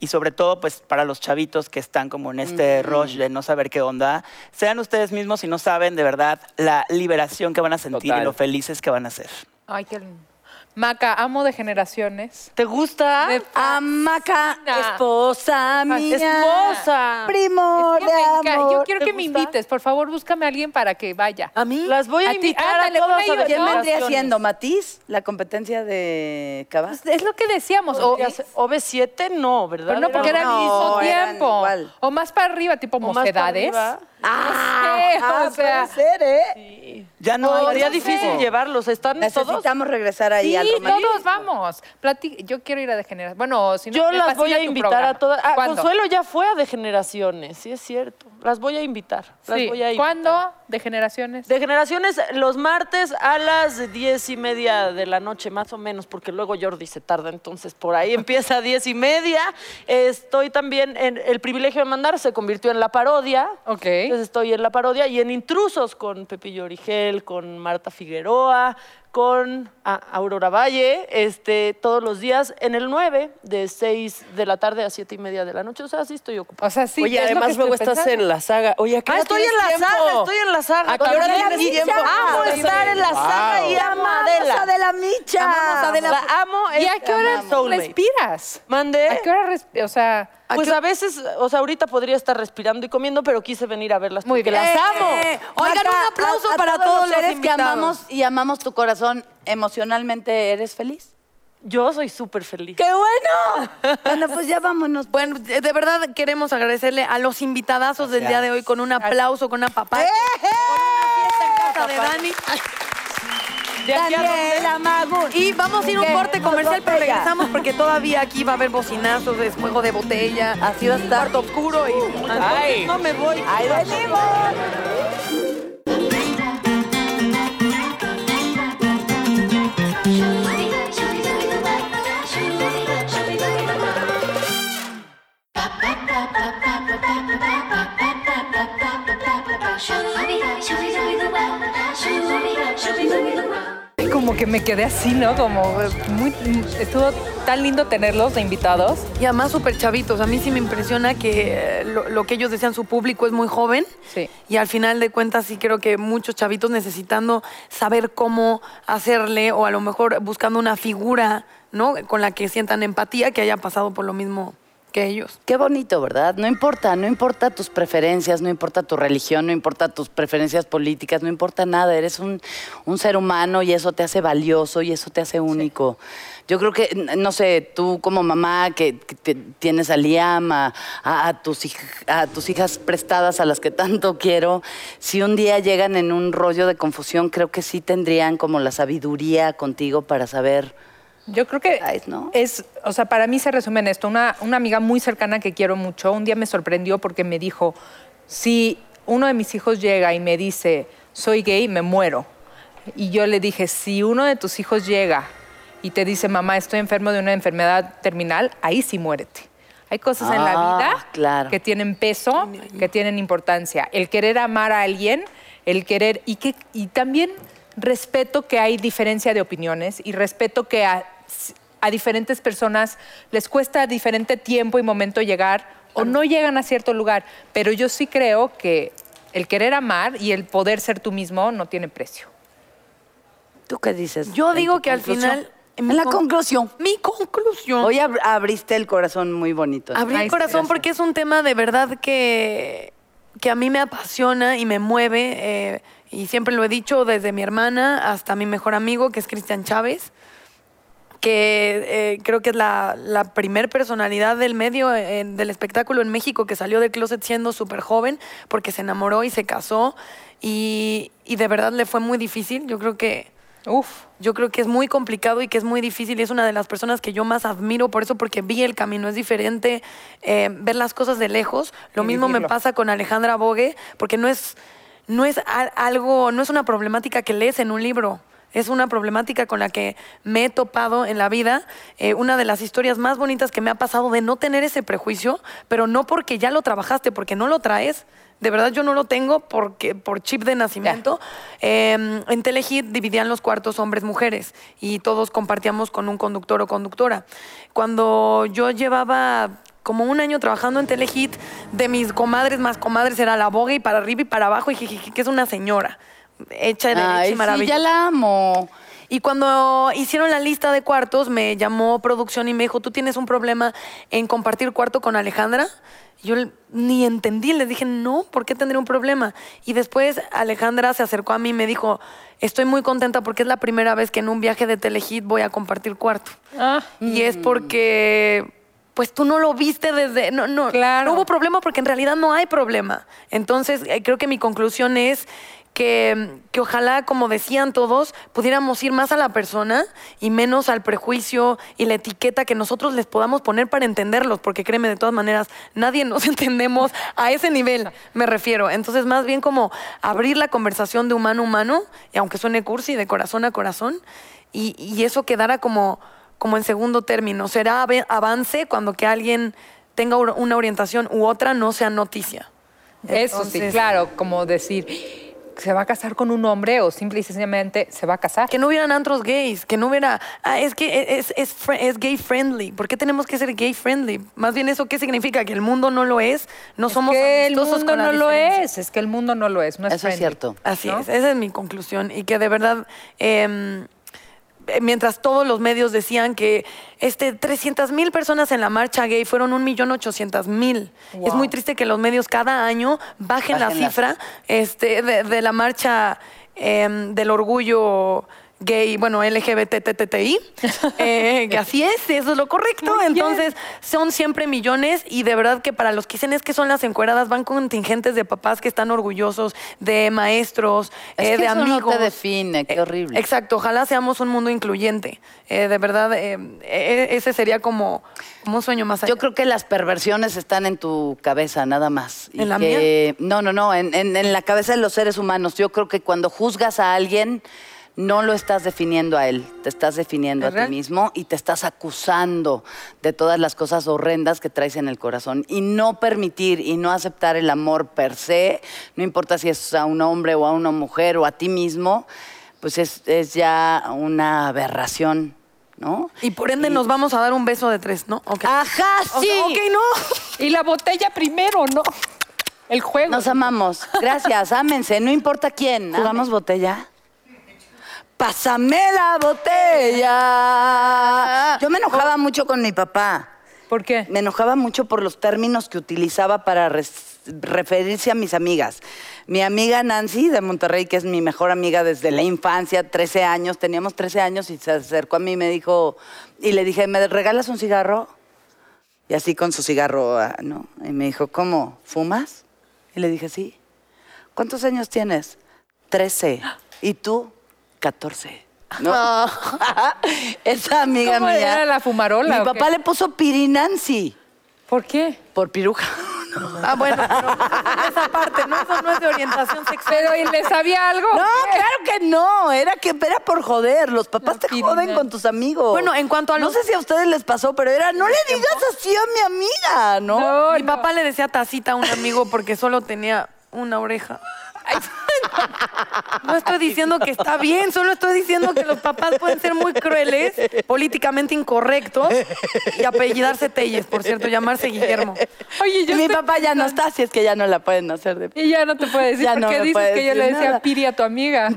Speaker 5: Y sobre todo, pues para los chavitos que están como en este rush de no saber qué onda, sean ustedes mismos y no saben de verdad la liberación que van a sentir
Speaker 7: Total.
Speaker 5: y lo felices que van a ser.
Speaker 3: Ay, qué lindo. Maca, amo de generaciones.
Speaker 6: ¿Te gusta?
Speaker 3: Me-
Speaker 4: Amaca,
Speaker 3: Fascina.
Speaker 4: esposa mía.
Speaker 6: Esposa.
Speaker 4: Primo
Speaker 3: Es que
Speaker 4: de
Speaker 3: me enca-
Speaker 4: amor.
Speaker 3: Yo quiero
Speaker 6: Oh, ¿Te
Speaker 3: que me
Speaker 6: gusta? Ah,
Speaker 3: invites. Por favor, búscame a alguien para que vaya.
Speaker 2: ¿A mí?
Speaker 6: Las voy a,
Speaker 3: A ti,
Speaker 6: invitar
Speaker 3: ándale,
Speaker 6: a todas
Speaker 3: una y
Speaker 6: a
Speaker 3: otra.
Speaker 4: ¿Quién
Speaker 3: no,
Speaker 4: vendría
Speaker 6: generaciones.
Speaker 4: siendo? ¿Matiz? ¿La competencia de Cabas?
Speaker 3: Es lo que decíamos. O,
Speaker 6: OV7 no, ¿verdad?
Speaker 3: pero no, porque era el
Speaker 4: No,
Speaker 3: mismo
Speaker 4: eran
Speaker 3: tiempo.
Speaker 4: igual.
Speaker 3: O más para arriba, tipo
Speaker 6: más para
Speaker 3: mocedades.
Speaker 6: arriba.
Speaker 3: Ah, o sea,
Speaker 4: ser, ¿eh?
Speaker 5: Ya no hay
Speaker 6: Sería
Speaker 5: tanto
Speaker 6: difícil
Speaker 5: tiempo.
Speaker 6: llevarlos. ¿Están todos?
Speaker 4: Necesitamos regresar ahí
Speaker 3: sí,
Speaker 4: al romanticismo.
Speaker 3: todos vamos. Plati- yo quiero ir a Degeneraciones. Bueno, si no,
Speaker 6: Yo
Speaker 3: me
Speaker 6: las voy
Speaker 3: fascina
Speaker 6: a
Speaker 3: tu
Speaker 6: invitar a
Speaker 3: programa.
Speaker 6: todas. Ah,
Speaker 3: ¿Cuándo?
Speaker 6: Consuelo ya fue a Degeneraciones, sí es cierto. Las voy a invitar. Las
Speaker 3: Sí.
Speaker 6: voy a invitar.
Speaker 3: ¿Cuándo? ¿Degeneraciones?
Speaker 6: Degeneraciones los martes a las diez y media de la noche, más o menos, porque luego Jordi se tarda, entonces por ahí empieza a diez y media. Estoy también en El privilegio de mandar, se convirtió en la parodia.
Speaker 3: Ok.
Speaker 6: Entonces estoy en la parodia y en Intrusos con Pepillo Origel, con Marta Figueroa, con a- Aurora Valle este, todos los días en el 9, de 6 de la tarde a 7 y media de la noche. O sea, sí estoy ocupada.
Speaker 3: O sea, sí.
Speaker 7: Oye,
Speaker 3: es lo que
Speaker 7: además
Speaker 3: estoy
Speaker 7: luego estás
Speaker 3: pensando.
Speaker 7: en la saga. Oye, ¿a qué
Speaker 6: Ah,
Speaker 7: hora
Speaker 6: estoy en
Speaker 7: tienes
Speaker 6: la saga,
Speaker 7: tiempo?
Speaker 6: estoy en la saga.
Speaker 7: ¿A qué hora
Speaker 6: También
Speaker 7: tienes
Speaker 6: vi-
Speaker 7: tiempo?
Speaker 6: Amo estar en la saga y amo a Adela.
Speaker 4: de la micha.
Speaker 6: Amamos a Adela. La amo.
Speaker 3: ¿Y
Speaker 6: es-
Speaker 3: a qué hora
Speaker 6: soulmate.
Speaker 3: respiras?
Speaker 6: Mandé.
Speaker 3: ¿A qué hora respiras? O sea,
Speaker 6: Pues a veces, o sea, ahorita podría estar respirando y comiendo, pero quise venir a verlas
Speaker 3: Muy
Speaker 6: porque
Speaker 3: bien.
Speaker 6: las amo.
Speaker 4: Oigan,
Speaker 2: un aplauso para todos los
Speaker 4: seres que
Speaker 2: invitados.
Speaker 4: amamos y amamos tu corazón. ¿Emocionalmente eres feliz?
Speaker 6: Yo soy súper feliz.
Speaker 4: ¡Qué bueno! Bueno, pues ya vámonos.
Speaker 2: Bueno, de de verdad queremos agradecerle a los invitadazos del día de hoy con un aplauso, con una papá. de Dani.
Speaker 6: De aquí a
Speaker 4: Daniela Magur.
Speaker 2: Y vamos a ir a un
Speaker 4: ¿Qué?
Speaker 2: corte comercial, pero
Speaker 4: Botella.
Speaker 2: regresamos porque todavía aquí va a haber bocinazos, es juego de botella,
Speaker 4: Así va a estar.
Speaker 2: cuarto oscuro y
Speaker 7: Ay.
Speaker 2: no me voy.
Speaker 4: ¡Ahí venimos!
Speaker 3: como que me quedé así, ¿no? Como eh, muy, estuvo tan lindo tenerlos de invitados.
Speaker 2: Y además súper chavitos, a mí sí me impresiona que eh, lo, lo que ellos decían, su público es muy joven.
Speaker 3: Sí.
Speaker 2: Y al final de cuentas sí creo que muchos chavitos necesitando saber cómo hacerle o a lo mejor buscando una figura, ¿no? Con la que sientan empatía, que haya pasado por lo mismo que ellos.
Speaker 4: Qué bonito, ¿verdad? No importa, no importa tus preferencias, no importa tu religión, no importa tus preferencias políticas, no importa nada. Eres un, un ser humano y eso te hace valioso y eso te hace único. Yo creo que, n- no sé, tú como mamá que, que te- tienes a Liam, a, a- a tus hij- a tus hijas prestadas a las que tanto quiero, si un día llegan en un rollo de confusión, creo que sí tendrían como la sabiduría contigo para saber.
Speaker 3: Yo creo que
Speaker 4: Ay, ¿no?
Speaker 3: es, o sea, para mí se resume en esto. Una, una amiga muy cercana que quiero mucho, un día me sorprendió porque me dijo, si uno de mis hijos llega y me dice, soy gay, me muero. Y yo le dije, si uno de tus hijos llega y te dice, mamá, estoy enfermo de una enfermedad terminal, ahí sí muérete. Hay cosas en la
Speaker 4: Ah,
Speaker 3: vida
Speaker 4: claro.
Speaker 3: que tienen peso, que tienen importancia. El querer amar a alguien, el querer y que y también respeto que hay diferencia de opiniones y respeto que a, a diferentes personas les cuesta diferente tiempo y momento llegar o no llegan a cierto lugar, pero yo sí creo que el querer amar y el poder ser tú mismo no tiene precio.
Speaker 4: ¿Tú qué dices?
Speaker 2: Yo
Speaker 4: en
Speaker 2: digo
Speaker 4: tu
Speaker 2: que al
Speaker 4: conclusión?
Speaker 2: final...
Speaker 4: En la conclusión.
Speaker 2: Mi conclusión.
Speaker 4: Hoy ab- abriste el corazón muy bonito.
Speaker 2: Abrir
Speaker 3: Ay,
Speaker 2: el corazón
Speaker 3: gracias.
Speaker 2: porque es un tema de verdad que, que a mí me apasiona y me mueve. eh, y siempre lo he dicho desde mi hermana hasta mi mejor amigo, que es Cristian Chávez, que eh, creo que es la, la primer personalidad del medio, eh, en- del espectáculo en México, que salió del closet siendo súper joven porque se enamoró y se casó. Y, y de verdad le fue muy difícil. Yo creo que...
Speaker 3: Uf.
Speaker 2: Yo creo que es muy complicado y que es muy difícil y es una de las personas que yo más admiro por eso, porque vi el camino, es diferente eh, ver las cosas de lejos. Lo
Speaker 3: Y
Speaker 2: mismo me
Speaker 3: vivirlo.
Speaker 2: pasa con Alejandra Bogue, porque no es, no es al- algo, no es una problemática que lees en un libro. Es una problemática con la que me he topado en la vida. Eh, una de las historias más bonitas que me ha pasado de no tener ese prejuicio, pero no porque ya lo trabajaste, porque no lo traes. De verdad yo no lo tengo porque por chip de nacimiento. Eh, en Telehit dividían los cuartos hombres-mujeres y todos compartíamos con un conductor o conductora. Cuando yo llevaba como un año trabajando en Telehit, de mis comadres más comadres era la boga y para arriba y para abajo y jijiji, que es una señora hecha de derecha
Speaker 4: Ay,
Speaker 2: y
Speaker 4: sí,
Speaker 2: maravillosa.
Speaker 4: ya la amo.
Speaker 2: Y cuando hicieron la lista de cuartos, me llamó producción y me dijo, ¿tú tienes un problema en compartir cuarto con Alejandra? Yo l- ni entendí, les dije, no, ¿por qué tendría un problema? Y después Alejandra se acercó a mí y me dijo, estoy muy contenta porque es la primera vez que en un viaje de Telehit voy a compartir cuarto.
Speaker 3: Ah.
Speaker 2: Y es porque, pues tú no lo viste desde. No, no,
Speaker 3: Claro.
Speaker 2: no hubo problema porque en realidad no hay problema. Entonces, eh, creo que mi conclusión es. Que, que ojalá, como decían todos, pudiéramos ir más a la persona y menos al prejuicio y la etiqueta que nosotros les podamos poner para entenderlos, porque créeme, de todas maneras, nadie nos entendemos a ese nivel, me refiero. Entonces, más bien como abrir la conversación de humano a humano, y aunque suene cursi, de corazón a corazón, y, y eso quedara como, como en segundo término. Será ave- avance cuando que alguien tenga or- una orientación u otra no sea noticia.
Speaker 3: Eso sí,
Speaker 2: Entonces-
Speaker 3: claro, como decir, se va a casar con un hombre o simple y sencillamente se va a casar.
Speaker 2: Que no hubieran antros gays, que no hubiera. Ah, es que es, es, fri- es gay friendly. ¿Por qué tenemos que ser gay friendly? Más bien, ¿eso qué significa? ¿Que el mundo no lo es? No
Speaker 3: Es
Speaker 2: somos
Speaker 3: que el
Speaker 2: amistosos
Speaker 3: mundo
Speaker 2: con la
Speaker 3: no lo
Speaker 2: diferencia.
Speaker 3: es, es que el mundo no lo es. No es
Speaker 1: Eso es
Speaker 3: friendly.
Speaker 1: cierto.
Speaker 2: Así
Speaker 3: ¿no?
Speaker 2: es, esa es mi conclusión. Y que de verdad, eh, mientras todos los medios decían que este, 300 mil personas en la marcha gay fueron 1.800.000. Es muy triste que los medios cada año bajen, la
Speaker 1: Bajen la
Speaker 2: cifra este, de, de la marcha eh, del orgullo gay, bueno, LGBTTTI, eh, que así es, eso es lo correcto. Entonces, son siempre millones y de verdad que para los que dicen es que son las encueradas, van contingentes de papás que están orgullosos, de maestros,
Speaker 1: Es
Speaker 2: eh,
Speaker 1: que
Speaker 2: de
Speaker 1: eso no te
Speaker 2: amigos.
Speaker 1: define, qué
Speaker 2: Eh,
Speaker 1: horrible.
Speaker 2: Exacto, ojalá seamos un mundo incluyente. Eh, de verdad, eh, eh, ese sería como, como un sueño más allá.
Speaker 1: Yo creo que las perversiones están en tu cabeza, nada más.
Speaker 2: ¿En la
Speaker 1: que- No, no, no, en, en- en la cabeza de los seres humanos. Yo creo que cuando juzgas a alguien, no lo estás definiendo a él, te estás definiendo a
Speaker 2: ¿Es
Speaker 1: ti
Speaker 2: real?
Speaker 1: mismo y te estás acusando de todas las cosas horrendas que traes en el corazón. Y no permitir y no aceptar el amor per se, no importa si es a un hombre o a una mujer o a ti mismo, pues es, es ya una aberración, ¿no?
Speaker 2: Y por ende nos vamos a dar un beso de tres, ¿no? Ok.
Speaker 1: ¡Ajá,
Speaker 2: O sea,
Speaker 1: Ah, sí!
Speaker 2: ok, no.
Speaker 3: Y la botella primero, ¿no? El juego.
Speaker 1: Nos amamos. Gracias, ámense, no importa quién. ¿Jugamos botella? Pásame la botella. Yo me enojaba mucho con mi papá.
Speaker 3: ¿Por qué?
Speaker 1: Me enojaba mucho por los términos que utilizaba para res- referirse a mis amigas. Mi amiga Nancy de Monterrey, que es mi mejor amiga desde la infancia, 13 años, teníamos 13 años y se acercó a mí y me dijo, y le dije, ¿me regalas un cigarro? Y así con su cigarro, ah, ¿no? Y me dijo, ¿cómo? ¿Fumas? Y le dije, sí. ¿Cuántos años tienes? 13. ¿Y tú? 14. ¿No? Esa amiga
Speaker 3: Ah. ¿Cómo
Speaker 1: mía.
Speaker 3: era la fumarola
Speaker 1: Mi
Speaker 3: o qué?
Speaker 1: papá le puso pirinancy
Speaker 3: ¿Por qué?
Speaker 1: por piruja.
Speaker 2: Ah, bueno, pero esa parte, ¿no? Eso no es de orientación sexual.
Speaker 3: Pero ¿y le sabía algo?
Speaker 1: No, claro que no. Era que era por joder. Los papás
Speaker 3: La
Speaker 1: te joden
Speaker 3: pirina.
Speaker 1: con tus amigos.
Speaker 2: Bueno, en cuanto a
Speaker 1: No
Speaker 2: los-
Speaker 1: sé si a ustedes les pasó, pero era, no le digas así a mi amiga, ¿no?
Speaker 3: No,
Speaker 2: Mi papá le decía tacita a un amigo porque solo tenía una oreja. Ay, No estoy diciendo que está bien, solo estoy diciendo que los papás pueden ser muy crueles, políticamente incorrectos y apellidarse Telles, por cierto, llamarse Guillermo.
Speaker 3: Oye, yo
Speaker 1: mi
Speaker 3: estoy
Speaker 1: papá ya no
Speaker 3: pensando-
Speaker 1: está, si es que ya no la pueden hacer de
Speaker 3: Y ya no te puede decir.
Speaker 1: Ya
Speaker 3: ¿Por
Speaker 1: no
Speaker 3: qué
Speaker 1: me
Speaker 3: dices
Speaker 1: puede
Speaker 3: que yo
Speaker 1: decir
Speaker 3: le decía
Speaker 1: nada.
Speaker 3: Piri a tu amiga?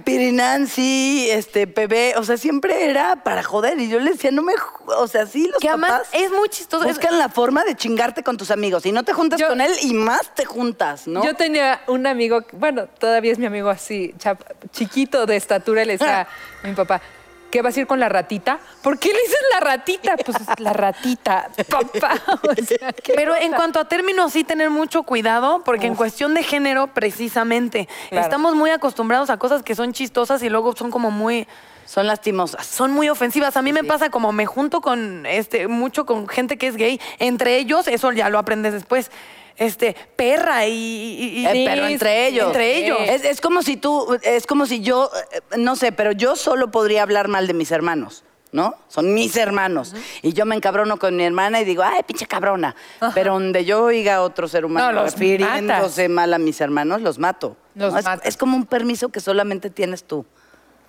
Speaker 1: Pirinancy, este, bebé, o sea, siempre era para joder. Y yo le decía, no me. ju- O sea, sí, los
Speaker 2: Que además
Speaker 1: papás
Speaker 2: es muy chistoso. es-
Speaker 1: buscan la forma de chingarte con tus amigos. Y no te juntas
Speaker 3: Yo-
Speaker 1: con él y más te juntas, ¿no?
Speaker 3: Yo tenía un amigo, bueno, todavía es mi amigo así, chap- chiquito de estatura, y le decía a mi papá, ¿qué vas a ir con la ratita? ¿Por qué le dices la ratita? Pues la ratita, papá. o sea, ¿qué
Speaker 2: Pero en
Speaker 3: onda?
Speaker 2: cuanto a términos, sí tener mucho cuidado, porque en cuestión de género, precisamente,
Speaker 3: Claro.
Speaker 2: estamos muy acostumbrados a cosas que son chistosas y luego son como muy...
Speaker 1: Son lastimosas.
Speaker 2: son muy ofensivas. A mí me pasa como me junto con este mucho con gente que es gay, entre ellos, eso ya lo aprendes después. Este, perra y, y- y-
Speaker 1: Eh,
Speaker 2: y-
Speaker 1: pero entre ellos. Eh,
Speaker 2: Entre ellos.
Speaker 1: Es, es como si tú, es como si yo, eh, no sé, pero yo solo podría hablar mal de mis hermanos, ¿no? Son mis hermanos. Y yo me encabrono con mi hermana y digo, ay, pinche cabrona. Pero donde yo oiga a otro ser humano
Speaker 3: No, los
Speaker 1: refiriéndose mal a mis hermanos, los mato.
Speaker 3: Los
Speaker 1: ¿no? Es-
Speaker 3: matas.
Speaker 1: es como un permiso que solamente tienes tú.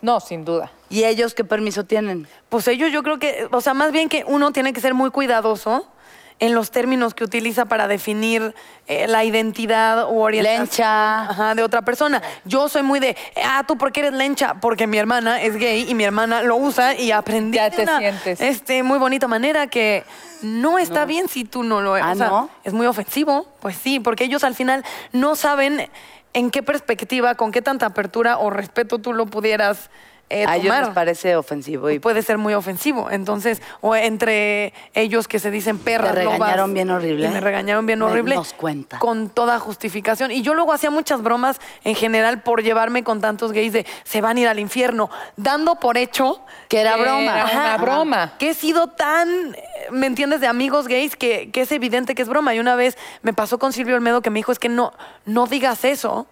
Speaker 3: No, sin duda.
Speaker 1: ¿Y ellos qué permiso tienen?
Speaker 2: Pues ellos yo creo que, o sea, más bien que uno tiene que ser muy cuidadoso en los términos que utiliza para definir eh, la identidad o orientación
Speaker 1: Lencha.
Speaker 2: Ajá, de otra persona. Yo soy muy de, ah, ¿tú por qué eres lencha? Porque mi hermana es gay y mi hermana lo usa y aprendí
Speaker 3: Ya
Speaker 2: de
Speaker 3: te
Speaker 2: una,
Speaker 3: sientes.
Speaker 2: Este, muy bonita manera que no está bien si tú no lo eres.
Speaker 1: Ah, ¿no?
Speaker 2: Es muy ofensivo, pues sí, porque ellos al final no saben en qué perspectiva, con qué tanta apertura o respeto tú lo pudieras eh, Pues,
Speaker 1: a ellos
Speaker 2: tomar
Speaker 1: les parece ofensivo y
Speaker 2: puede ser muy ofensivo. Entonces, o entre ellos que se dicen perras.
Speaker 1: Te
Speaker 2: lobas,
Speaker 1: regañaron bien horrible,
Speaker 2: y me
Speaker 1: ¿eh?
Speaker 2: regañaron bien
Speaker 1: Me-
Speaker 2: horrible.
Speaker 1: nos cuenta.
Speaker 2: Con toda justificación. Y yo luego hacía muchas bromas en general por llevarme con tantos gays de se van a ir al infierno, dando por hecho
Speaker 1: Que era
Speaker 3: Que
Speaker 1: broma.
Speaker 3: era una
Speaker 1: Ajá.
Speaker 3: broma.
Speaker 2: que he sido tan, eh, ¿me entiendes?, de amigos gays que, que es evidente que es broma. Y una vez me pasó con Silvio Olmedo que me dijo, es que no, no digas eso.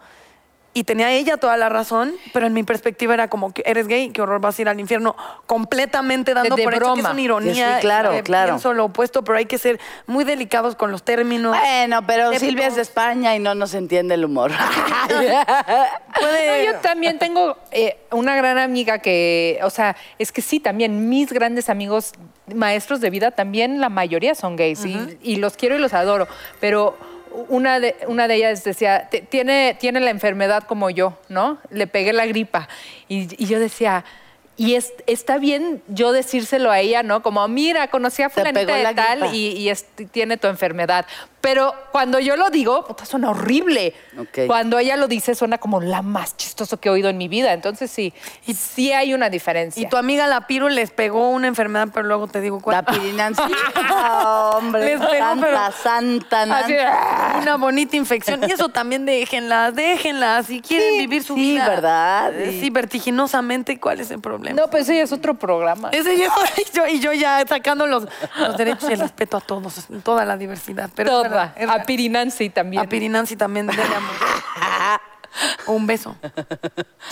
Speaker 2: Y tenía ella toda la razón, pero en mi perspectiva era como que eres gay, qué horror vas a ir al infierno, completamente dando
Speaker 3: de
Speaker 2: por hecho que es
Speaker 3: broma.
Speaker 2: una ironía.
Speaker 1: Sí, claro,
Speaker 2: eh,
Speaker 1: claro.
Speaker 2: Pienso lo opuesto, pero hay que ser muy delicados con los términos.
Speaker 1: Bueno, pero
Speaker 2: Épico.
Speaker 1: Silvia es de España y no nos entiende el humor.
Speaker 3: No, yo también tengo eh, una gran amiga que, o sea, es que sí, también mis grandes amigos maestros de vida, también la mayoría son gays y- y, los quiero y los adoro, pero una de, una de ellas decía, "Te- tiene, tiene la enfermedad como yo, ¿no? Le pegué la gripa y, y yo decía... Y es- está bien yo decírselo a ella, ¿no? Como, mira, conocí a
Speaker 1: Te pegó
Speaker 3: fulanita de
Speaker 1: la
Speaker 3: tal
Speaker 1: gripa.
Speaker 3: y, y es- tiene tu enfermedad. Pero cuando yo lo digo, puta, suena horrible.
Speaker 1: Ok.
Speaker 3: Cuando cuando ella lo dice suena como la más chistoso que he oído en mi vida. Entonces sí, y sí hay una diferencia.
Speaker 2: Y tu amiga la Piru les pegó una enfermedad, pero luego te digo cuál.
Speaker 1: La pirinancia. Ah, hombre,
Speaker 2: Les pegó,
Speaker 1: santa,
Speaker 2: pero-
Speaker 1: santa, nan-
Speaker 2: Así, ¡ah! una bonita infección. Y eso también déjenlas, déjenlas. Si quieren vivir su
Speaker 1: sí,
Speaker 2: vida.
Speaker 1: ¿verdad?
Speaker 2: eh,
Speaker 1: Y-
Speaker 2: Sí, vertiginosamente, ¿cuál es el problema?
Speaker 3: No, pues sí, es otro programa.
Speaker 2: Ese yo, y, yo, y yo ya sacando los, los derechos y el respeto a todos, toda la diversidad. Pero es
Speaker 3: Toda.
Speaker 2: verdad, es
Speaker 3: A
Speaker 2: verdad.
Speaker 3: Piri Nancy también.
Speaker 2: A Piri Nancy también le damos Un beso.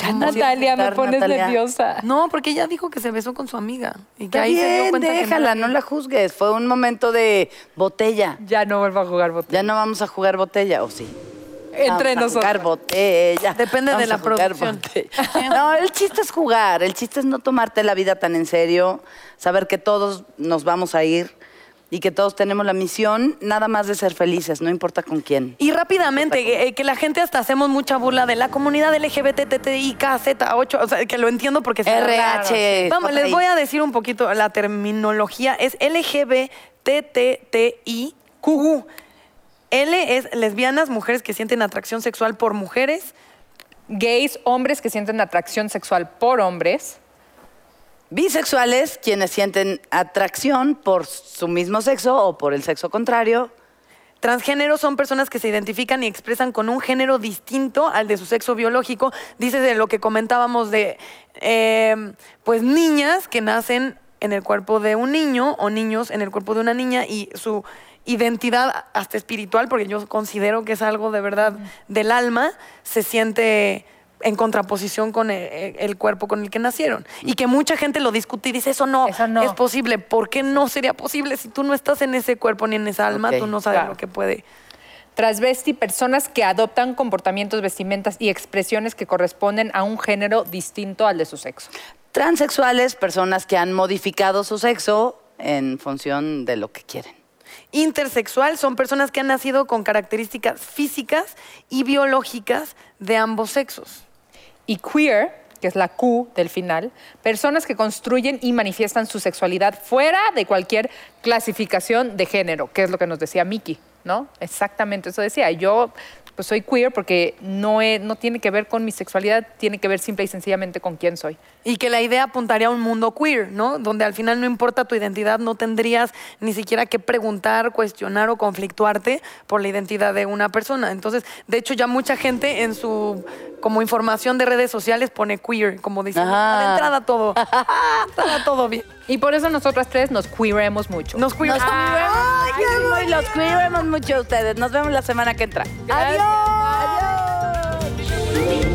Speaker 3: Ya, Natalia, me
Speaker 1: Natalia.
Speaker 3: pones nerviosa.
Speaker 2: No, porque ella dijo que se besó con su amiga. Y que
Speaker 1: Está
Speaker 2: ahí se dio
Speaker 1: bien,
Speaker 2: cuenta que
Speaker 1: déjala,
Speaker 2: era
Speaker 1: no
Speaker 2: gay.
Speaker 1: la juzgues. Fue un momento de botella.
Speaker 3: Ya no vuelvo a jugar botella.
Speaker 1: Ya no vamos a jugar botella, ¿o sí?
Speaker 3: Entre
Speaker 1: Vamos a
Speaker 3: nosotros.
Speaker 1: jugar botella.
Speaker 2: Depende de
Speaker 1: Vamos a
Speaker 2: la
Speaker 1: jugar
Speaker 2: producción.
Speaker 1: botella. No, el chiste es jugar. El chiste es no tomarte la vida tan en serio. Saber que todos nos vamos a ir y que todos tenemos la misión nada más de ser felices, no importa con quién.
Speaker 2: Y rápidamente, eh, que la gente hasta hacemos mucha burla de la comunidad LGBTTIKZ8, o sea, que lo entiendo porque... se-
Speaker 1: RH,
Speaker 2: Vamos, les
Speaker 1: JI.
Speaker 2: voy a decir un poquito la terminología. Es LGBTTTIQU. L es lesbianas, mujeres que sienten atracción sexual por mujeres.
Speaker 3: Gays, hombres que sienten atracción sexual por hombres.
Speaker 1: Bisexuales, quienes sienten atracción por su mismo sexo o por el sexo contrario.
Speaker 2: Transgénero son personas que se identifican y expresan con un género distinto al de su sexo biológico. Dice de lo que comentábamos de, eh, pues, niñas que nacen en el cuerpo de un niño o niños en el cuerpo de una niña y su identidad hasta espiritual, porque yo considero que es algo de verdad del alma, se siente en contraposición con el, el cuerpo con el que nacieron. Y que mucha gente lo discute y dice, eso no,
Speaker 3: Eso no.
Speaker 2: es posible. ¿Por qué no sería posible si tú no estás en ese cuerpo ni en esa alma?
Speaker 1: Ok.
Speaker 2: Tú no sabes
Speaker 3: Claro.
Speaker 2: lo que puede.
Speaker 3: Transvesti, personas que adoptan comportamientos, vestimentas y expresiones que corresponden a un género distinto al de su sexo.
Speaker 1: Transexuales, personas que han modificado su sexo en función de lo que quieren.
Speaker 2: Intersexual son personas que han nacido con características físicas y biológicas de ambos sexos.
Speaker 3: y queer, que es la Q del final, personas que construyen y manifiestan su sexualidad fuera de cualquier clasificación de género, que es lo que nos decía Miki, ¿no? Exactamente eso decía. Yo pues soy queer porque no, he- no tiene que ver con mi sexualidad, tiene que ver simple y sencillamente con quién soy.
Speaker 2: Y que la idea apuntaría a un mundo queer, ¿no? Donde al final no importa tu identidad, no tendrías ni siquiera que preguntar, cuestionar o conflictuarte por la identidad de una persona. Entonces, de hecho, ya mucha gente en su como información de redes sociales pone queer, como dicen,
Speaker 1: Ajá.
Speaker 2: de entrada todo. Está todo bien.
Speaker 3: Y por eso nosotras tres nos queeremos mucho.
Speaker 2: Nos queer.
Speaker 1: Nos
Speaker 2: Ay, qué
Speaker 1: cuidamos y los cuidamos mucho a ustedes. Nos vemos la semana que entra.
Speaker 3: Gracias.
Speaker 1: Adiós. Adiós.